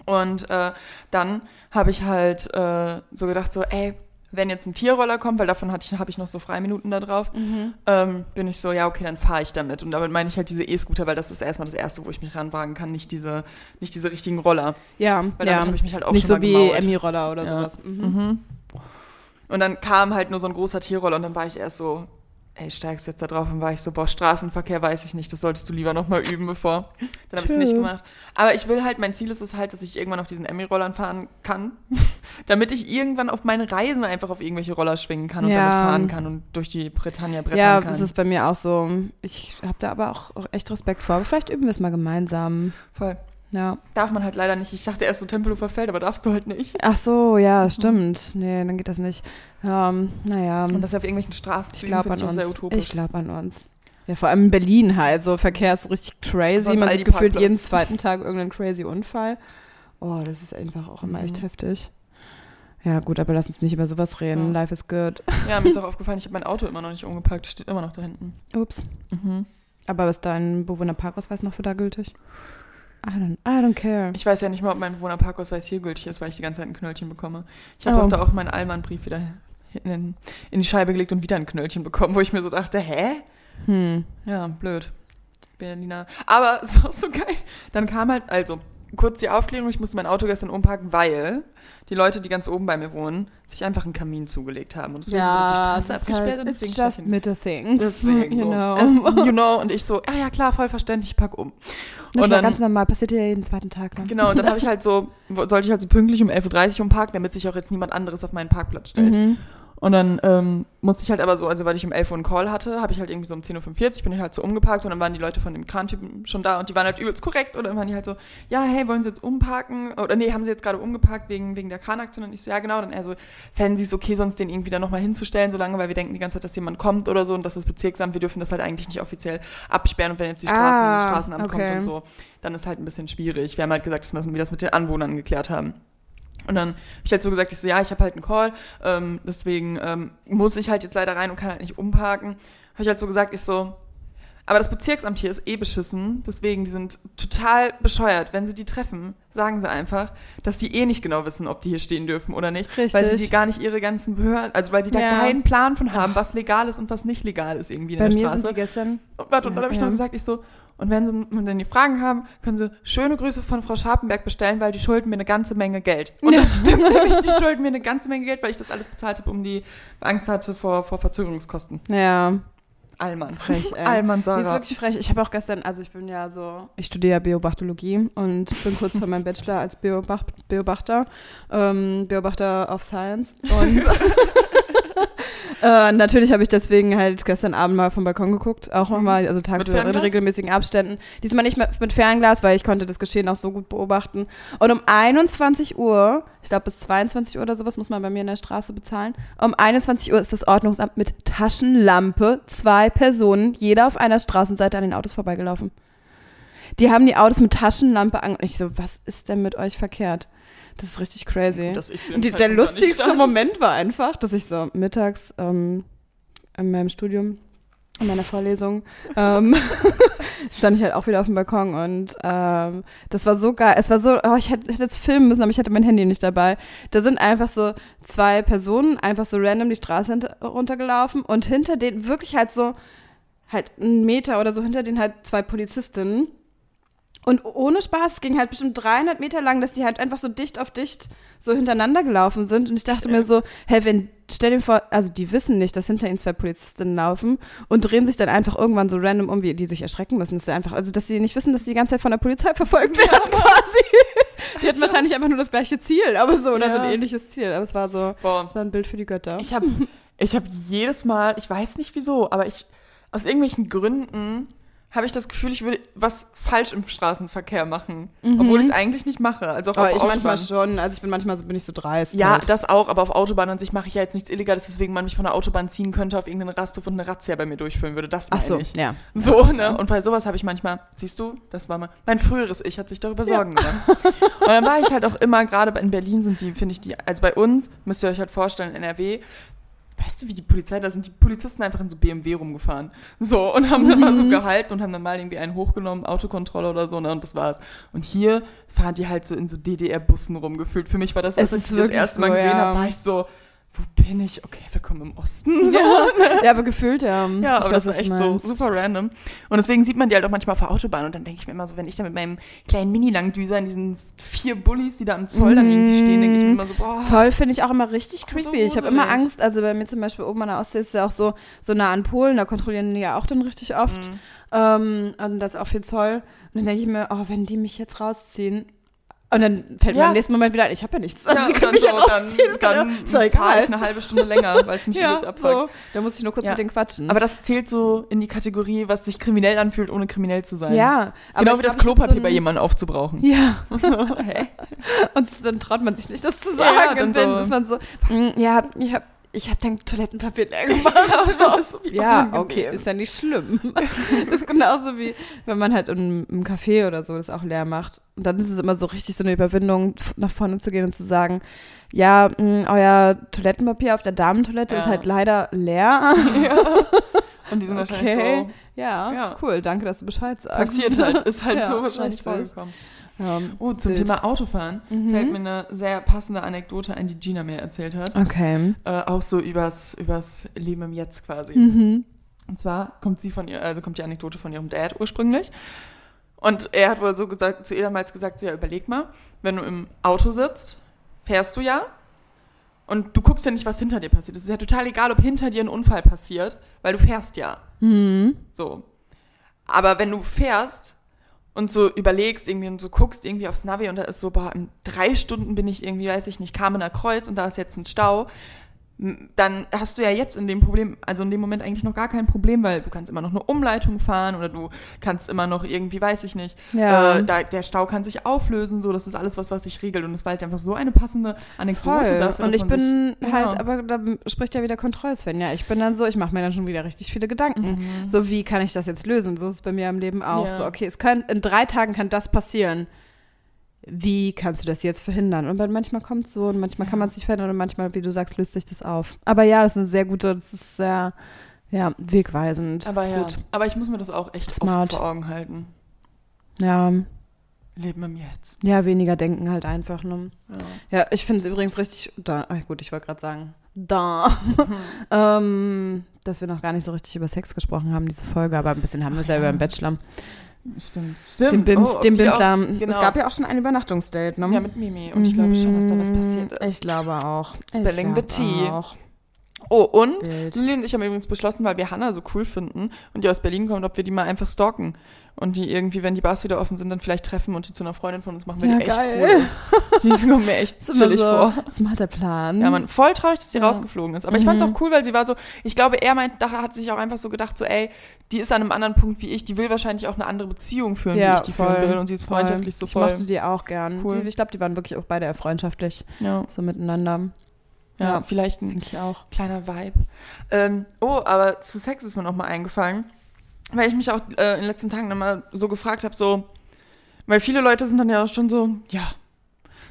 S1: Und äh, dann habe ich halt äh, so gedacht, so, ey, wenn jetzt ein Tierroller kommt, weil davon hatte ich, habe ich noch so Freiminuten da drauf,
S2: Mhm.
S1: ähm, bin ich so, ja, okay, dann fahre ich damit. Und damit meine ich halt diese E-Scooter, weil das ist erstmal das Erste, wo ich mich ranwagen kann, nicht diese, nicht diese richtigen Roller.
S2: ja,
S1: Weil
S2: ja.
S1: damit habe ich mich halt auch
S2: Nicht
S1: schon
S2: so
S1: mal
S2: wie
S1: gemauert.
S2: Emmy-Roller oder
S1: Ja.
S2: sowas. Mhm.
S1: Mhm. Und dann kam halt nur so ein großer Tierroller und dann war ich erst so, ey, steigst jetzt da drauf und war ich so, boah, Straßenverkehr weiß ich nicht, das solltest du lieber nochmal üben, bevor. Dann habe ich es
S2: True.
S1: nicht gemacht. Aber ich will halt, mein Ziel ist es halt, dass ich irgendwann auf diesen Emmy-Rollern fahren kann, damit ich irgendwann auf meinen Reisen einfach auf irgendwelche Roller schwingen kann und
S2: Ja.
S1: damit fahren kann und durch die Bretagne brettern
S2: Ja,
S1: kann.
S2: das ist bei mir auch so. Ich habe da aber auch auch echt Respekt vor. Aber vielleicht üben wir es mal gemeinsam.
S1: Voll.
S2: Ja.
S1: Darf man halt leider nicht. Ich dachte erst so Tempelhofer Feld, aber darfst du halt nicht.
S2: Ach so,
S1: Mhm.
S2: ja, stimmt. Nee, dann geht das nicht. Ähm, naja,
S1: Und das auf irgendwelchen Straßen
S2: ich glaube an
S1: auch sehr
S2: uns.
S1: utopisch.
S2: Ich glaube an uns. Ja, vor allem in Berlin halt. So Verkehr ist richtig crazy.
S1: Sonst
S2: Man
S1: all
S2: sieht
S1: die
S2: gefühlt
S1: Parkplätze.
S2: jeden zweiten Tag irgendeinen crazy Unfall. Oh, das ist einfach auch immer echt
S1: Mhm.
S2: heftig. Ja, gut, aber lass uns nicht über sowas reden.
S1: Ja.
S2: Life is good.
S1: Ja, mir ist auch aufgefallen, ich habe mein Auto immer noch nicht umgepackt. Steht immer noch da hinten.
S2: Ups.
S1: Mhm.
S2: Aber ist dein Bewohnerparkausweis noch für da gültig? I don't, I don't care.
S1: Ich weiß ja nicht mal, ob mein Bewohnerparkausweis hier gültig ist, weil ich die ganze Zeit ein Knöllchen bekomme. Ich habe
S2: Oh.
S1: doch da auch meinen Allmann-Brief wieder in, den, in die Scheibe gelegt und wieder ein Knöllchen bekommen, wo ich mir so dachte, hä?
S2: Hm.
S1: Ja, blöd. Berliner. Aber es war so geil. Dann kam halt, also, kurz die Aufklärung, ich musste mein Auto gestern umparken, weil die Leute, die ganz oben bei mir wohnen, sich einfach einen Kamin zugelegt haben. Und deswegen wurde die Straße
S2: es ist
S1: abgesperrt und
S2: Halt,
S1: deswegen
S2: it's
S1: stand ich
S2: just
S1: in-
S2: Mitte Things.
S1: Deswegen,
S2: you
S1: so.
S2: know.
S1: Ähm, you know. Und ich so, ja, ja, klar, voll verständlich, ich pack um.
S2: Das
S1: und
S2: war
S1: dann-
S2: ganz normal, passiert ja jeden zweiten Tag. Ne?
S1: Genau, und dann habe ich halt so, wo- sollte ich halt so pünktlich um 11.30 Uhr umparken, damit sich auch jetzt niemand anderes auf meinen Parkplatz stellt.
S2: Mhm.
S1: Und dann ähm, musste ich halt aber so, also weil ich um 11 Uhr einen Call hatte, habe ich halt irgendwie so um 10.45 Uhr, bin ich halt so umgeparkt und dann waren die Leute von dem Krantypen schon da und die waren halt übelst korrekt und dann waren die halt so, ja, hey, wollen Sie jetzt umparken? Oder nee, haben Sie jetzt gerade umgeparkt wegen, wegen der Kranaktion? Und ich so, ja, genau. Dann er so, fänden Sie es okay, sonst den irgendwie da nochmal hinzustellen, solange, weil wir denken die ganze Zeit, dass jemand kommt oder so und das ist Bezirksamt, wir dürfen das halt eigentlich nicht offiziell absperren und wenn jetzt die Straßen,
S2: Ah,
S1: Straßenamt kommt
S2: okay.
S1: und so, dann ist halt ein bisschen schwierig. Wir haben halt gesagt, dass wir das mit den Anwohnern geklärt haben. Und dann habe ich halt so gesagt, ich so, ja, ich habe halt einen Call, ähm, deswegen ähm, muss ich halt jetzt leider rein und kann halt nicht umparken. Habe ich halt so gesagt, ich so, aber das Bezirksamt hier ist eh beschissen, deswegen, die sind total bescheuert. Wenn sie die treffen, sagen sie einfach, dass die eh nicht genau wissen, ob die hier stehen dürfen oder nicht. Weil sie
S2: Richtig.
S1: die gar nicht ihre ganzen Behörden, also weil die da
S2: Ja.
S1: keinen Plan von haben, was legal ist und was nicht legal ist irgendwie in
S2: Bei
S1: der
S2: mir
S1: Straße.
S2: sind die gestern.
S1: Und warte, und dann
S2: Ja,
S1: habe ich
S2: ja.
S1: noch gesagt, ich so, und wenn sie und wenn die Fragen haben, können sie schöne Grüße von Frau Scharpenberg bestellen, weil die schulden mir eine ganze Menge Geld. Und das stimmt nämlich, die schulden mir eine ganze Menge Geld, weil ich das alles bezahlt habe, um die Angst hatte vor, vor Verzögerungskosten.
S2: Ja,
S1: Allmann.
S2: frech, ey.
S1: Allmann,
S2: Die ist
S1: Sarah.
S2: wirklich frech. Ich habe auch gestern, also ich bin ja so, ich studiere ja Beobachtologie und bin kurz vor meinem Bachelor als Beobacht, Beobachter, ähm, Beobachter of Science und Äh, natürlich habe ich deswegen halt gestern Abend mal vom Balkon geguckt, auch nochmal, also tagsüber in
S1: Fernglas?
S2: regelmäßigen Abständen. Diesmal nicht mit, mit Fernglas, weil ich konnte das Geschehen auch so gut beobachten. Und um 21 Uhr, ich glaube bis 22 Uhr oder sowas, muss man bei mir in der Straße bezahlen. Um 21 Uhr ist das Ordnungsamt mit Taschenlampe zwei Personen, jeder auf einer Straßenseite an den Autos vorbeigelaufen. Die haben die Autos mit Taschenlampe an. Ich so, was ist denn mit euch verkehrt? Das ist richtig crazy.
S1: Dass ich zu dem
S2: Und die,
S1: Zeitpunkt
S2: der
S1: da nicht da
S2: lustigste
S1: war.
S2: Moment war einfach, dass ich so mittags ähm, in meinem Studium, in meiner Vorlesung, ähm, stand ich halt auch wieder auf dem Balkon und ähm, das war so geil. Es war so, oh, ich hätte, hätte es filmen müssen, aber ich hatte mein Handy nicht dabei. Da sind einfach so zwei Personen einfach so random die Straße hinter, runtergelaufen und hinter denen wirklich halt so halt einen Meter oder so hinter denen halt zwei Polizistinnen. Und ohne Spaß, es ging halt bestimmt 300 Meter lang, dass die halt einfach so dicht auf dicht so hintereinander gelaufen sind. Und ich dachte mir so, hey, wenn, stell dir vor, also die wissen nicht, dass hinter ihnen zwei Polizistinnen laufen und drehen sich dann einfach irgendwann so random um, wie die sich erschrecken müssen. Das ist ja einfach, also dass sie nicht wissen, dass sie die ganze Zeit von der Polizei verfolgt werden quasi. Die hatten wahrscheinlich einfach nur das gleiche Ziel, aber so, oder so
S1: Also Ja.
S2: ein ähnliches Ziel. Aber es war so,
S1: Boah.
S2: es war ein Bild für die Götter.
S1: Ich habe ich hab jedes Mal, ich weiß nicht wieso, aber ich, aus irgendwelchen Gründen habe ich das Gefühl, ich würde was falsch im Straßenverkehr machen. Obwohl ich es eigentlich nicht mache. Also auch
S2: Mhm. aber
S1: auf
S2: ich manchmal
S1: Autobahn.
S2: schon, also ich bin manchmal so, bin ich so dreist.
S1: Ja,
S2: halt.
S1: das auch, aber auf Autobahn an sich mache ich ja jetzt nichts Illegales, weswegen man mich von der Autobahn ziehen könnte, auf irgendeinen Rasthof und eine Razzia bei mir durchführen würde. Das
S2: Ach
S1: meine
S2: so,
S1: ich.
S2: ja.
S1: So, ne? Und bei sowas habe ich manchmal, siehst du, das war mal, mein früheres Ich hat sich darüber Sorgen gemacht. Und dann war ich halt auch immer, gerade in Berlin sind die, finde ich, die, also bei uns, müsst ihr euch halt vorstellen, in NRW, weißt du, wie die Polizei, da sind die Polizisten einfach in so BMW rumgefahren. So, und haben dann mal
S2: Mhm.
S1: so gehalten und haben dann mal irgendwie einen hochgenommen, Autokontrolle oder so, ne? Und das war's. Und hier fahren die halt so in so DDR-Bussen rumgefühlt. Für mich war das,
S2: Es
S1: als ich
S2: ist
S1: das
S2: wirklich
S1: erste Mal
S2: so,
S1: gesehen
S2: ja.
S1: habe, war ich so, wo bin ich? Okay, willkommen im Osten. So.
S2: Ja, aber gefühlt, ja.
S1: Ja,
S2: Mhm, Ich
S1: aber
S2: weiß,
S1: das war
S2: was du
S1: echt so
S2: meinst.
S1: super random. Und deswegen sieht man die halt auch manchmal auf der Autobahn und dann denke ich mir immer so, wenn ich da mit meinem kleinen Mini-Langdüser in diesen vier Bullies, die da am Zoll dann irgendwie stehen, denke ich mir immer so, boah.
S2: Mhm. Zoll finde ich auch immer richtig
S1: so
S2: creepy. ich habe immer
S1: gruselig.
S2: Angst, also bei mir zum Beispiel oben an der Ostsee ist ja auch so, so nah an Polen, da kontrollieren die ja auch dann richtig oft.
S1: Mhm.
S2: Ähm, und das ist auch viel Zoll. Und dann denke ich mir, oh, wenn die mich jetzt rausziehen. Und dann fällt mir
S1: Ja.
S2: im nächsten Moment wieder ein, ich habe ja nichts. Also
S1: Ja,
S2: sie
S1: und
S2: können
S1: dann
S2: mich
S1: so,
S2: ja rausziehen. das kann
S1: Dann,
S2: ja-
S1: dann
S2: ist doch
S1: fahre
S2: egal.
S1: ich eine halbe Stunde länger, weil es mich übelst abfuckt.
S2: so. Da muss ich nur kurz
S1: Ja.
S2: mit denen quatschen.
S1: Aber das zählt so in die Kategorie, was sich kriminell anfühlt, ohne kriminell zu sein.
S2: ja, aber
S1: Genau
S2: ich
S1: wie
S2: glaub, ich
S1: das
S2: hab
S1: Klopapier
S2: so
S1: bei
S2: ein-
S1: jemandem aufzubrauchen.
S2: Ja.
S1: Hä?
S2: Und dann traut man sich nicht, das zu
S1: Ja,
S2: sagen.
S1: dann
S2: und dann
S1: so.
S2: ist man so, mm, ja, ich hab, ich hab dein Toilettenpapier leer gemacht.
S1: so, wie
S2: Ja,
S1: unangenehm.
S2: okay, ist ja nicht schlimm. Das ist genauso wie, wenn man halt im, im Café oder so das auch leer macht. Und dann ist es immer so richtig so eine Überwindung, f- nach vorne zu gehen und zu sagen, ja, mm, euer Toilettenpapier auf der Damentoilette
S1: Ja.
S2: ist halt leider leer.
S1: Und die sind
S2: Okay.
S1: wahrscheinlich
S2: Ja,
S1: Ja.
S2: cool, danke, dass du Bescheid
S1: so,
S2: sagst.
S1: passiert halt, ist halt
S2: Ja,
S1: so wahrscheinlich
S2: richtig.
S1: vorgekommen.
S2: Ja.
S1: Oh, zum
S2: Bild. Mhm.
S1: Thema Autofahren fällt mir eine sehr passende Anekdote ein, die Gina mir erzählt hat.
S2: Mhm. Okay.
S1: Äh, auch so übers, übers Leben im Jetzt quasi.
S2: Mhm.
S1: Und zwar kommt sie von ihr, also kommt die Anekdote von ihrem Dad ursprünglich. Und er hat wohl so gesagt, zu ihr damals gesagt, so, ja, überleg mal, wenn du im Auto sitzt, fährst du ja und du guckst ja nicht, was hinter dir passiert. Es ist ja total egal, ob hinter dir ein Unfall passiert, weil du fährst ja.
S2: Mhm.
S1: So. Aber wenn du fährst und so überlegst irgendwie und so guckst irgendwie aufs Navi und da ist so, boah, in drei Stunden bin ich irgendwie, weiß ich nicht, Kamener Kreuz und da ist jetzt ein Stau, m, dann hast du ja jetzt in dem Problem, also in dem Moment eigentlich noch gar kein Problem, weil du kannst immer noch eine Umleitung fahren oder du kannst immer noch irgendwie, weiß ich nicht,
S2: Ja.
S1: äh, da, der Stau kann sich auflösen, so, das ist alles was, was sich regelt und es war halt einfach so eine passende Anekdote
S2: Voll.
S1: dafür.
S2: und
S1: dass
S2: ich
S1: man sich-
S2: bin halt,
S1: Ja.
S2: aber da spricht ja wieder Kontrollsven. Ja, ich bin dann so, ich mache mir dann schon wieder richtig viele Gedanken.
S1: Mhm.
S2: So, wie kann ich das jetzt lösen? So ist es bei mir im Leben auch.
S1: Ja.
S2: So, okay, es kann, in drei Tagen kann das passieren. Wie kannst du das jetzt verhindern? Und dann manchmal kommt so und manchmal kann man es nicht verhindern und manchmal, wie du sagst, löst sich das auf. Aber ja, das ist eine sehr gute, das ist sehr, ja, wegweisend.
S1: aber
S2: ist
S1: ja,
S2: gut.
S1: aber ich muss mir das auch echt
S2: Smart.
S1: oft vor Augen halten.
S2: Ja,
S1: Leben im Jetzt.
S2: ja, weniger denken halt einfach. Ne?
S1: Ja.
S2: Ja, ich finde es übrigens richtig. Da, ach gut, ich wollte gerade sagen. Da. ähm, dass wir noch gar nicht so richtig über Sex gesprochen haben, diese Folge, aber ein bisschen haben wir es ja über den Bachelor.
S1: Ah, Stimmt. Stimmt.
S2: Den Bims,
S1: Oh, ob
S2: den
S1: die auch-
S2: Bimsler.
S1: genau.
S2: Es gab ja auch schon ein Übernachtungsdate, ne?
S1: Ja, mit Mimi. Und ich glaube schon, dass da was passiert ist.
S2: Ich glaube auch. ich
S1: Spilling the
S2: glaub
S1: tea.
S2: Auch.
S1: Oh, und
S2: Bild.
S1: Lilly und ich haben übrigens beschlossen, weil wir Hannah so cool finden und die aus Berlin kommt, ob wir die mal einfach stalken. Und die irgendwie, wenn die Bars wieder offen sind, dann vielleicht treffen und die zu einer Freundin von uns machen, weil
S2: Ja,
S1: die echt
S2: geil.
S1: cool ist. Die kommt mir echt
S2: Ist immer
S1: chillig
S2: so,
S1: vor.
S2: Was macht der Plan?
S1: Ja, man, voll traurig, dass die
S2: Ja. Mhm.
S1: rausgeflogen ist. Aber ich fand's auch cool, weil sie war so, ich glaube, er meint, da hat sich auch einfach so gedacht, so, ey, die ist an einem anderen Punkt wie ich, die will wahrscheinlich auch eine andere Beziehung führen, wie ich die führen will. Und sie ist freundschaftlich so
S2: Ich
S1: voll.
S2: mochte die auch gern.
S1: Cool.
S2: Die, ich glaube, die waren wirklich auch beide eher freundschaftlich,
S1: Ja,
S2: so miteinander.
S1: ja,
S2: Ja.
S1: vielleicht ein
S2: Denke ich auch.
S1: kleiner Vibe. Ähm, oh, aber zu Sex ist mir nochmal eingefallen, weil ich mich auch äh, in den letzten Tagen nochmal so gefragt habe, so, weil viele Leute sind dann ja auch schon so, ja,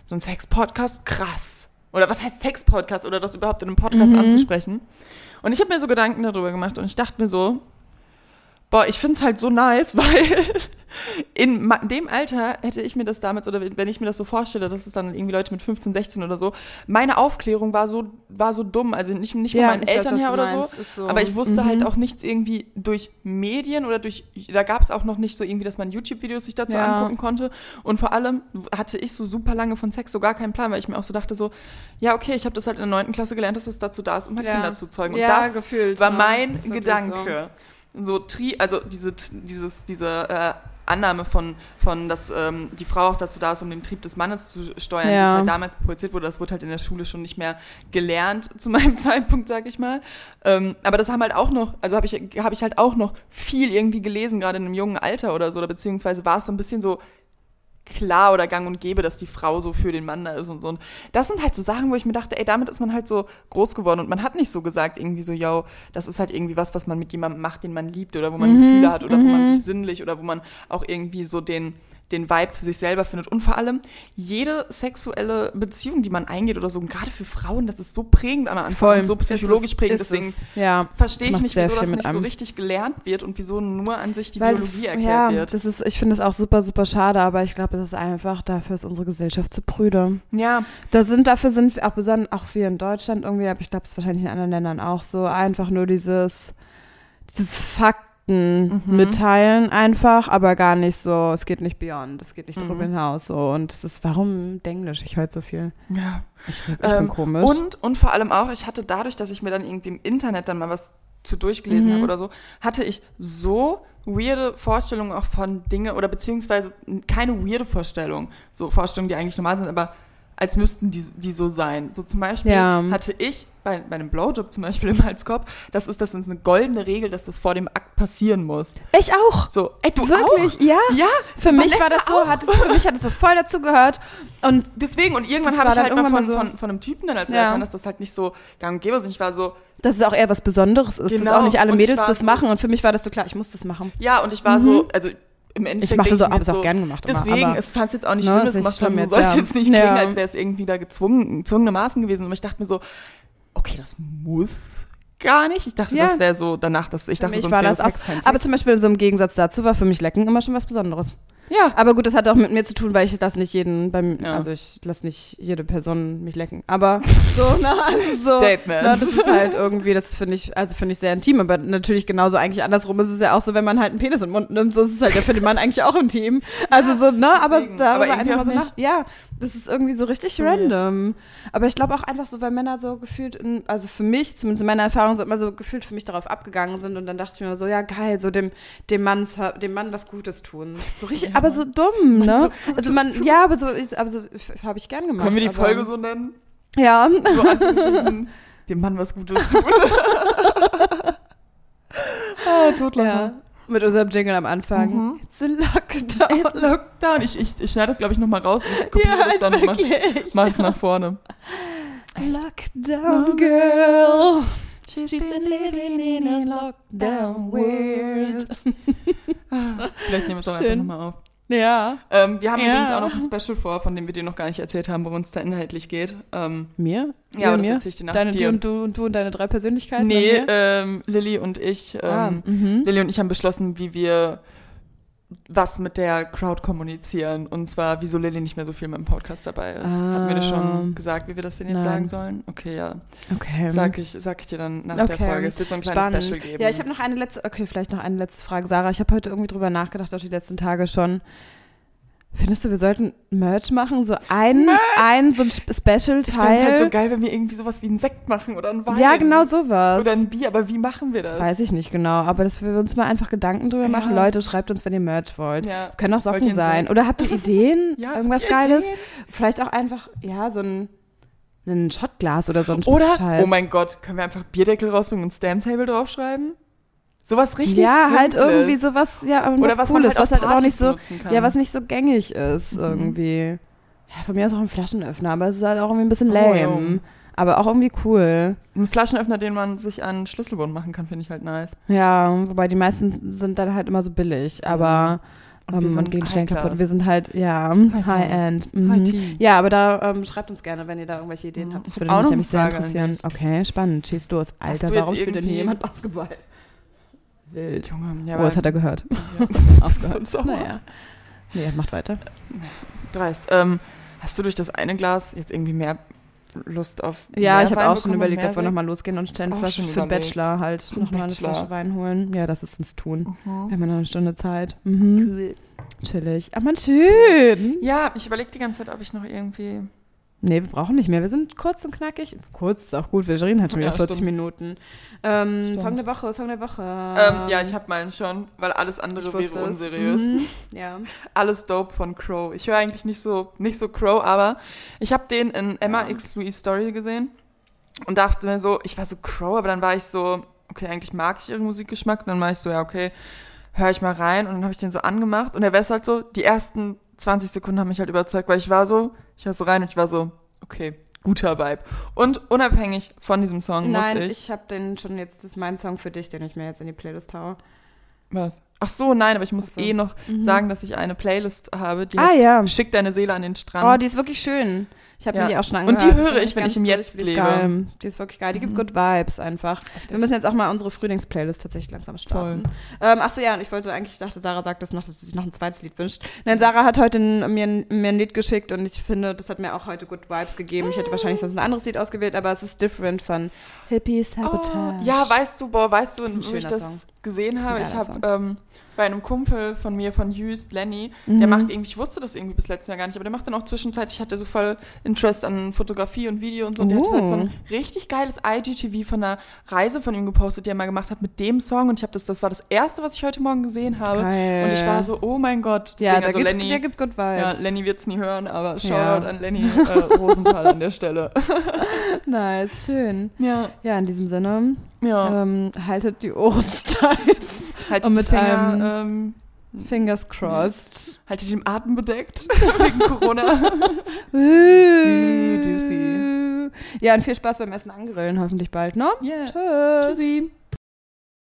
S1: so ein Sex-Podcast, krass. Oder was heißt Sex-Podcast oder das überhaupt in einem Podcast
S2: Mhm.
S1: anzusprechen? Und ich habe mir so Gedanken darüber gemacht und ich dachte mir so, boah, ich finde es halt so nice, weil in ma- dem Alter hätte ich mir das damals, oder wenn ich mir das so vorstelle, dass es dann irgendwie Leute mit 15, 16 oder so, meine Aufklärung war so, war so dumm. Also nicht, nicht von meinen Eltern her oder so, aber ich wusste halt
S2: mhm.
S1: auch nichts irgendwie durch Medien oder durch, da gab es auch noch nicht so irgendwie, dass man YouTube-Videos sich dazu
S2: Ja.
S1: angucken konnte. Und vor allem hatte ich so super lange von Sex so gar keinen Plan, weil ich mir auch so dachte so, ja okay, ich habe das halt in der neunten Klasse gelernt, dass das dazu da ist, um halt
S2: Ja.
S1: Kinder zu zeugen. Und
S2: Ja,
S1: das
S2: gefühlt,
S1: war
S2: ne?
S1: mein
S2: Ist wirklich
S1: Gedanke. So. tri, also diese, dieses, diese äh, Annahme von, von dass ähm, die Frau auch dazu da ist, um den Trieb des Mannes zu steuern,
S2: Ja.
S1: das halt damals projiziert wurde, das wurde halt in der Schule schon nicht mehr gelernt zu meinem Zeitpunkt, sag ich mal. Ähm, aber das haben halt auch noch, also habe ich, hab ich halt auch noch viel irgendwie gelesen, gerade in einem jungen Alter oder so, oder beziehungsweise war es so ein bisschen so klar oder gang und gäbe, dass die Frau so für den Mann da ist und so. Und das sind halt so Sachen, wo ich mir dachte, ey, damit ist man halt so groß geworden und man hat nicht so gesagt, irgendwie so, yo, das ist halt irgendwie was, was man mit jemandem macht, den man liebt oder wo man
S2: Mhm,
S1: Gefühle hat oder wo man
S2: mhm.
S1: sich sinnlich oder wo man auch irgendwie so den den Vibe zu sich selber findet. Und vor allem, jede sexuelle Beziehung, die man eingeht oder so, und gerade für Frauen, das ist so prägend am Anfang
S2: voll
S1: und so psychologisch prägend. Deswegen
S2: Ja.
S1: verstehe ich
S2: macht
S1: nicht,
S2: sehr
S1: wieso
S2: viel
S1: das
S2: mit
S1: nicht so
S2: einem.
S1: richtig gelernt wird und wieso nur an sich die
S2: Weil das,
S1: Biologie
S2: ja,
S1: erklärt wird.
S2: das ist, ich finde es auch super, super schade, aber ich glaube, es ist einfach, dafür ist unsere Gesellschaft zu prüde.
S1: Ja,
S2: Da sind, dafür sind wir auch besonders, auch wir in Deutschland irgendwie, aber ich glaube, es ist wahrscheinlich in anderen Ländern auch so, einfach nur dieses, dieses Fakten
S1: Mhm.
S2: mitteilen einfach, aber gar nicht so, es geht nicht beyond, es geht nicht
S1: Mhm.
S2: drüber hinaus so und es ist, warum Englisch? Ich höre so viel.
S1: ja.
S2: Ich, ich
S1: Ähm,
S2: bin komisch.
S1: Und, und vor allem auch, ich hatte dadurch, dass ich mir dann irgendwie im Internet dann mal was zu durchgelesen
S2: Mhm.
S1: habe oder so, hatte ich so weirde Vorstellungen auch von Dinge oder beziehungsweise keine weirde Vorstellung, so Vorstellungen, die eigentlich normal sind, aber als müssten die, die so sein. So zum Beispiel
S2: Ja.
S1: hatte ich bei, bei einem Blowjob zum Beispiel im Halskopf, das ist, das ist eine goldene Regel, dass das vor dem Akt passieren muss.
S2: ich auch.
S1: So, ey, du
S2: Wirklich, ja.
S1: Auch? Ja,
S2: Für mich
S1: Vanessa
S2: war das so, hat es, für mich hat es so voll dazu gehört und
S1: deswegen. Und irgendwann
S2: Das
S1: habe
S2: war
S1: ich
S2: dann
S1: halt mal von,
S2: irgendwann mal so-
S1: von, von einem Typen dann als
S2: Ja.
S1: erfahren, dass das halt nicht so gang und gäbe ist. Und ich war so,
S2: dass es auch eher was Besonderes ist, dass
S1: Genau.
S2: auch nicht alle
S1: Und ich
S2: Mädels
S1: war
S2: das
S1: so-
S2: machen und für mich war das so klar, ich muss das machen.
S1: Ja, und ich war so, also im Endeffekt.
S2: Mhm. Ich machte
S1: denk
S2: so,
S1: mir
S2: hab's
S1: jetzt
S2: auch gern gemacht immer,
S1: Deswegen,
S2: aber-
S1: es fand jetzt auch nicht
S2: Ne,
S1: schlimm,
S2: ist
S1: dass
S2: nicht
S1: gemacht haben.
S2: schlimm jetzt,
S1: So soll es
S2: ja.
S1: jetzt nicht klingen,
S2: Ja.
S1: als wäre es irgendwie da gezwungen, gezwungenermaßen gewesen. Aber ich dachte mir so, okay, das muss gar nicht. Ich dachte,
S2: Ja.
S1: das wäre so danach, dass ich
S2: Für
S1: dachte,
S2: mich
S1: sonst
S2: war
S1: wäre
S2: das
S1: das
S2: auch,
S1: Sex kein Sex.
S2: aber zum Beispiel so im Gegensatz dazu war für mich Lecken immer schon was Besonderes.
S1: ja,
S2: Aber gut, das hat auch mit mir zu tun, weil ich lasse nicht jeden beim,
S1: Ja.
S2: also ich lasse nicht jede Person mich lecken. Aber so, na, also so.
S1: Statement.
S2: Na, das ist halt irgendwie, das finde ich, also finde ich sehr intim, aber natürlich genauso eigentlich andersrum ist es ja auch so, wenn man halt einen Penis im Mund nimmt, so ist es halt ja für den Mann eigentlich auch intim. Also so, ne, aber
S1: deswegen.
S2: da
S1: Aber
S2: aber
S1: irgendwie
S2: einfach mal so
S1: auch
S2: nach, ja, das ist irgendwie so richtig random. Aber ich glaube auch einfach so, weil Männer so gefühlt, in, also für mich, zumindest in meiner Erfahrung, so immer so gefühlt für mich darauf abgegangen sind und dann dachte ich mir so, ja geil, so dem, dem Mann, dem Mann was Gutes tun. So richtig, aber so dumm, ne? Also man, ja, aber so, aber so habe ich gern gemacht.
S1: können wir die
S2: aber,
S1: Folge so nennen?
S2: Ja.
S1: So Anführungsstrichen, dem Mann was Gutes tun. ah, Totlacher.
S2: Ja, mit unserem Jingle am Anfang.
S1: Mhm.
S2: It's a lockdown.
S1: Lockdown. Ich, ich, ich schneide das, glaube ich, nochmal raus und kopiere das dann und mach-
S2: halt wirklich.
S1: mach's nach vorne.
S2: Lockdown Girl.
S1: She's
S2: been living in a lockdown world.
S1: Ah, Vielleicht nehmen wir es auch einfach
S2: Schön.
S1: nochmal auf.
S2: Ja.
S1: Ähm, wir haben
S2: Ja.
S1: übrigens auch noch ein Special vor, von dem wir dir noch gar nicht erzählt haben, worum es da inhaltlich geht. Ähm,
S2: Mir?
S1: ja, aber das
S2: mir?
S1: erzähle ich dir nach
S2: Deine,
S1: dir.
S2: du und du und du und deine drei Persönlichkeiten?
S1: nee,
S2: und mir?
S1: ähm, Lilly und ich, ähm,
S2: ah, mhm.
S1: Lilly und ich haben beschlossen, wie wir was mit der Crowd kommunizieren. Und zwar, wieso Lilly nicht mehr so viel mit dem Podcast dabei ist. Hatten wir das
S2: Ah.
S1: schon gesagt, wie wir das denn jetzt
S2: Nein.
S1: sagen sollen? Okay, ja.
S2: Okay.
S1: Sag ich, sag ich dir dann nach der
S2: Okay.
S1: Folge. Es wird so ein kleines
S2: Spannend.
S1: Special geben.
S2: Ja, ich habe noch eine letzte, okay, vielleicht noch eine letzte Frage, Sarah. Ich habe heute irgendwie drüber nachgedacht, auch die letzten Tage schon, Findest du, wir sollten Merch machen? So ein, ein so ein
S1: Ich fände es
S2: Special-Teil?
S1: halt so geil, wenn wir irgendwie sowas wie einen Sekt machen oder einen Wein.
S2: ja, genau sowas.
S1: Oder ein Bier, aber wie machen wir das?
S2: Weiß ich nicht genau, aber dass wir uns mal einfach Gedanken drüber
S1: Ja.
S2: machen. Leute, schreibt uns, wenn ihr Merch wollt.
S1: Ja.
S2: Es können auch
S1: Wollt ihr
S2: Socken
S1: einen
S2: sein.
S1: Sack?
S2: Oder habt ihr Ideen?
S1: Ja,
S2: Irgendwas
S1: habt ihr
S2: Geiles?
S1: Ideen?
S2: Vielleicht auch einfach, ja, so ein, ein Shotglas oder so ein
S1: Oder,
S2: Scheiß.
S1: oh mein Gott, können wir einfach Bierdeckel rausbringen und Stamptable draufschreiben? Sowas richtig
S2: Ja, halt
S1: Simples.
S2: irgendwie sowas, ja, irgendwas
S1: Oder was man
S2: Cooles,
S1: halt
S2: was
S1: auf
S2: halt auch
S1: Partys
S2: nicht so,
S1: benutzen kann. Mhm.
S2: ja, was nicht so gängig ist irgendwie. Ja, von mir aus auch ein Flaschenöffner, aber es ist halt auch irgendwie ein bisschen
S1: Oh, ja.
S2: lame. Aber auch irgendwie cool.
S1: Ein Flaschenöffner, den man sich an Schlüsselbund machen kann, finde ich halt nice.
S2: Ja, wobei die meisten sind dann halt immer so billig, aber
S1: Und wir
S2: ähm,
S1: sind
S2: und gehen schnell
S1: High-Class.
S2: kaputt. Wir sind halt, ja, High-End. mhm.
S1: High-Tea.
S2: ja, aber da ähm, schreibt uns gerne, wenn ihr da irgendwelche Ideen
S1: Mhm.
S2: habt. Das
S1: Ich
S2: würde
S1: hab
S2: mich
S1: auch
S2: nämlich
S1: noch
S2: sehr
S1: eine Frage an
S2: interessieren. Okay, spannend. Schieß los.
S1: Hast
S2: Alter,
S1: du jetzt
S2: warum spielt denn hier
S1: irgendwie-
S2: jemand Basketball? Wild.
S1: Junge, ja,
S2: oh, das hat er gehört. Aufgehört.
S1: Sauer.
S2: Naja. Nee, macht weiter.
S1: dreist. Ähm, hast du durch das eine Glas jetzt irgendwie mehr Lust auf
S2: Ja,
S1: mehr
S2: ich habe
S1: Wein
S2: auch schon
S1: bekommen und
S2: überlegt,
S1: mehr
S2: ob wir
S1: Sekt?
S2: nochmal losgehen und stellen
S1: Auch
S2: Flasche
S1: schon
S2: für den
S1: überlegt.
S2: Bachelor halt
S1: Für den
S2: nochmal eine
S1: Bachelor.
S2: Flasche Wein holen. Ja, das ist uns tun. Wir
S1: Mhm.
S2: haben ja noch eine Stunde Zeit. Mhm.
S1: Cool.
S2: Chillig. Ach man, schön.
S1: Ja, ich überlege die ganze Zeit, ob ich noch
S2: Ähm,
S1: irgendwie...
S2: Nee, wir brauchen nicht mehr. Wir sind kurz und knackig. Kurz ist auch gut. Wir reden halt schon wieder
S1: Ja,
S2: 40
S1: stimmt.
S2: Minuten. Ähm,
S1: Stimmt.
S2: Song der Woche, Song der Woche.
S1: Ähm, ja, ich habe meinen schon, weil alles andere wäre
S2: es.
S1: unseriös.
S2: Mhm. Ja.
S1: Alles Dope von Crow. Ich höre eigentlich nicht so, nicht so Crow, aber ich habe den in Emma X Louis Story gesehen und dachte mir so, ich war so Crow, aber dann war ich so, okay, eigentlich mag ich ihren Musikgeschmack. Und dann war ich so, ja, okay, höre ich mal rein. Und dann habe ich den so angemacht und er wäre halt so, die ersten 20 Sekunden haben mich halt überzeugt, weil ich war so, ich höre so rein und ich war so, okay, guter Vibe. Und unabhängig von diesem Song
S2: Nein,
S1: muss
S2: ich,
S1: ich.
S2: habe den schon jetzt, das ist mein Song für dich, den ich mir jetzt in die Playlist haue.
S1: Was? Ach so, nein, aber ich muss
S2: Ach so. Mhm.
S1: eh noch sagen, dass ich eine Playlist habe, die
S2: Ah,
S1: heißt
S2: ja.
S1: Schick deine Seele an den Strand.
S2: Oh, die ist wirklich schön. Ich habe
S1: Ja.
S2: mir die auch schon
S1: Und
S2: angehört.
S1: die höre ich, wenn
S2: ganz
S1: ich im
S2: durch.
S1: Jetzt
S2: die ist
S1: lebe. Mhm.
S2: Geil. Die ist wirklich geil. Die gibt Good Vibes einfach. Wir müssen jetzt auch mal unsere Frühlings-Playlist tatsächlich langsam starten. Ähm, achso, ja, und ich wollte eigentlich, ich dachte, Sarah sagt das noch, dass sie sich noch ein zweites Lied wünscht. Nein, Sarah hat heute ein, mir, ein, mir ein Lied geschickt und ich finde, das hat mir auch heute Good Vibes gegeben. Ich hätte wahrscheinlich sonst ein anderes Lied ausgewählt, aber es ist different von Hippie Sabotage.
S1: Oh, ja, weißt du, boah, weißt du,
S2: Ist ein
S1: wo ich
S2: schöner
S1: das
S2: Song.
S1: gesehen
S2: Ist ein
S1: habe? Ich
S2: geiler
S1: habe
S2: Song.
S1: ähm, bei einem Kumpel von mir, von Hughes, Lenny,
S2: Mhm.
S1: der macht irgendwie, ich wusste das irgendwie bis letztes Jahr gar nicht, aber der macht dann auch zwischenzeitlich, hatte so voll Interest an Fotografie und Video und so. Und der hat
S2: Oh.
S1: halt so ein richtig geiles IGTV von einer Reise von ihm gepostet, die er mal gemacht hat mit dem Song. Und ich habe das, das war das erste, was ich heute Morgen gesehen habe.
S2: Geil.
S1: Und ich war so, oh mein Gott.
S2: Ja,
S1: Deswegen,
S2: der,
S1: also
S2: gibt,
S1: Lenny,
S2: der gibt Good
S1: ja,
S2: Vibes.
S1: Lenny wird es nie hören, aber Shoutout
S2: Ja.
S1: an Lenny äh, Rosenthal an der Stelle.
S2: Nice, schön.
S1: Ja,
S2: Ja, in diesem Sinne,
S1: ja.
S2: ähm, haltet die Ohren steif.
S1: Haltet
S2: und
S1: die
S2: mit
S1: Finger,
S2: einem-
S1: ähm,
S2: Fingers crossed.
S1: Haltet den Atem bedeckt wegen Corona.
S2: Uh, ja, und viel Spaß beim Essen angrillen, hoffentlich bald, ne?
S1: Yeah.
S2: Tschüss.
S1: Tschüssi.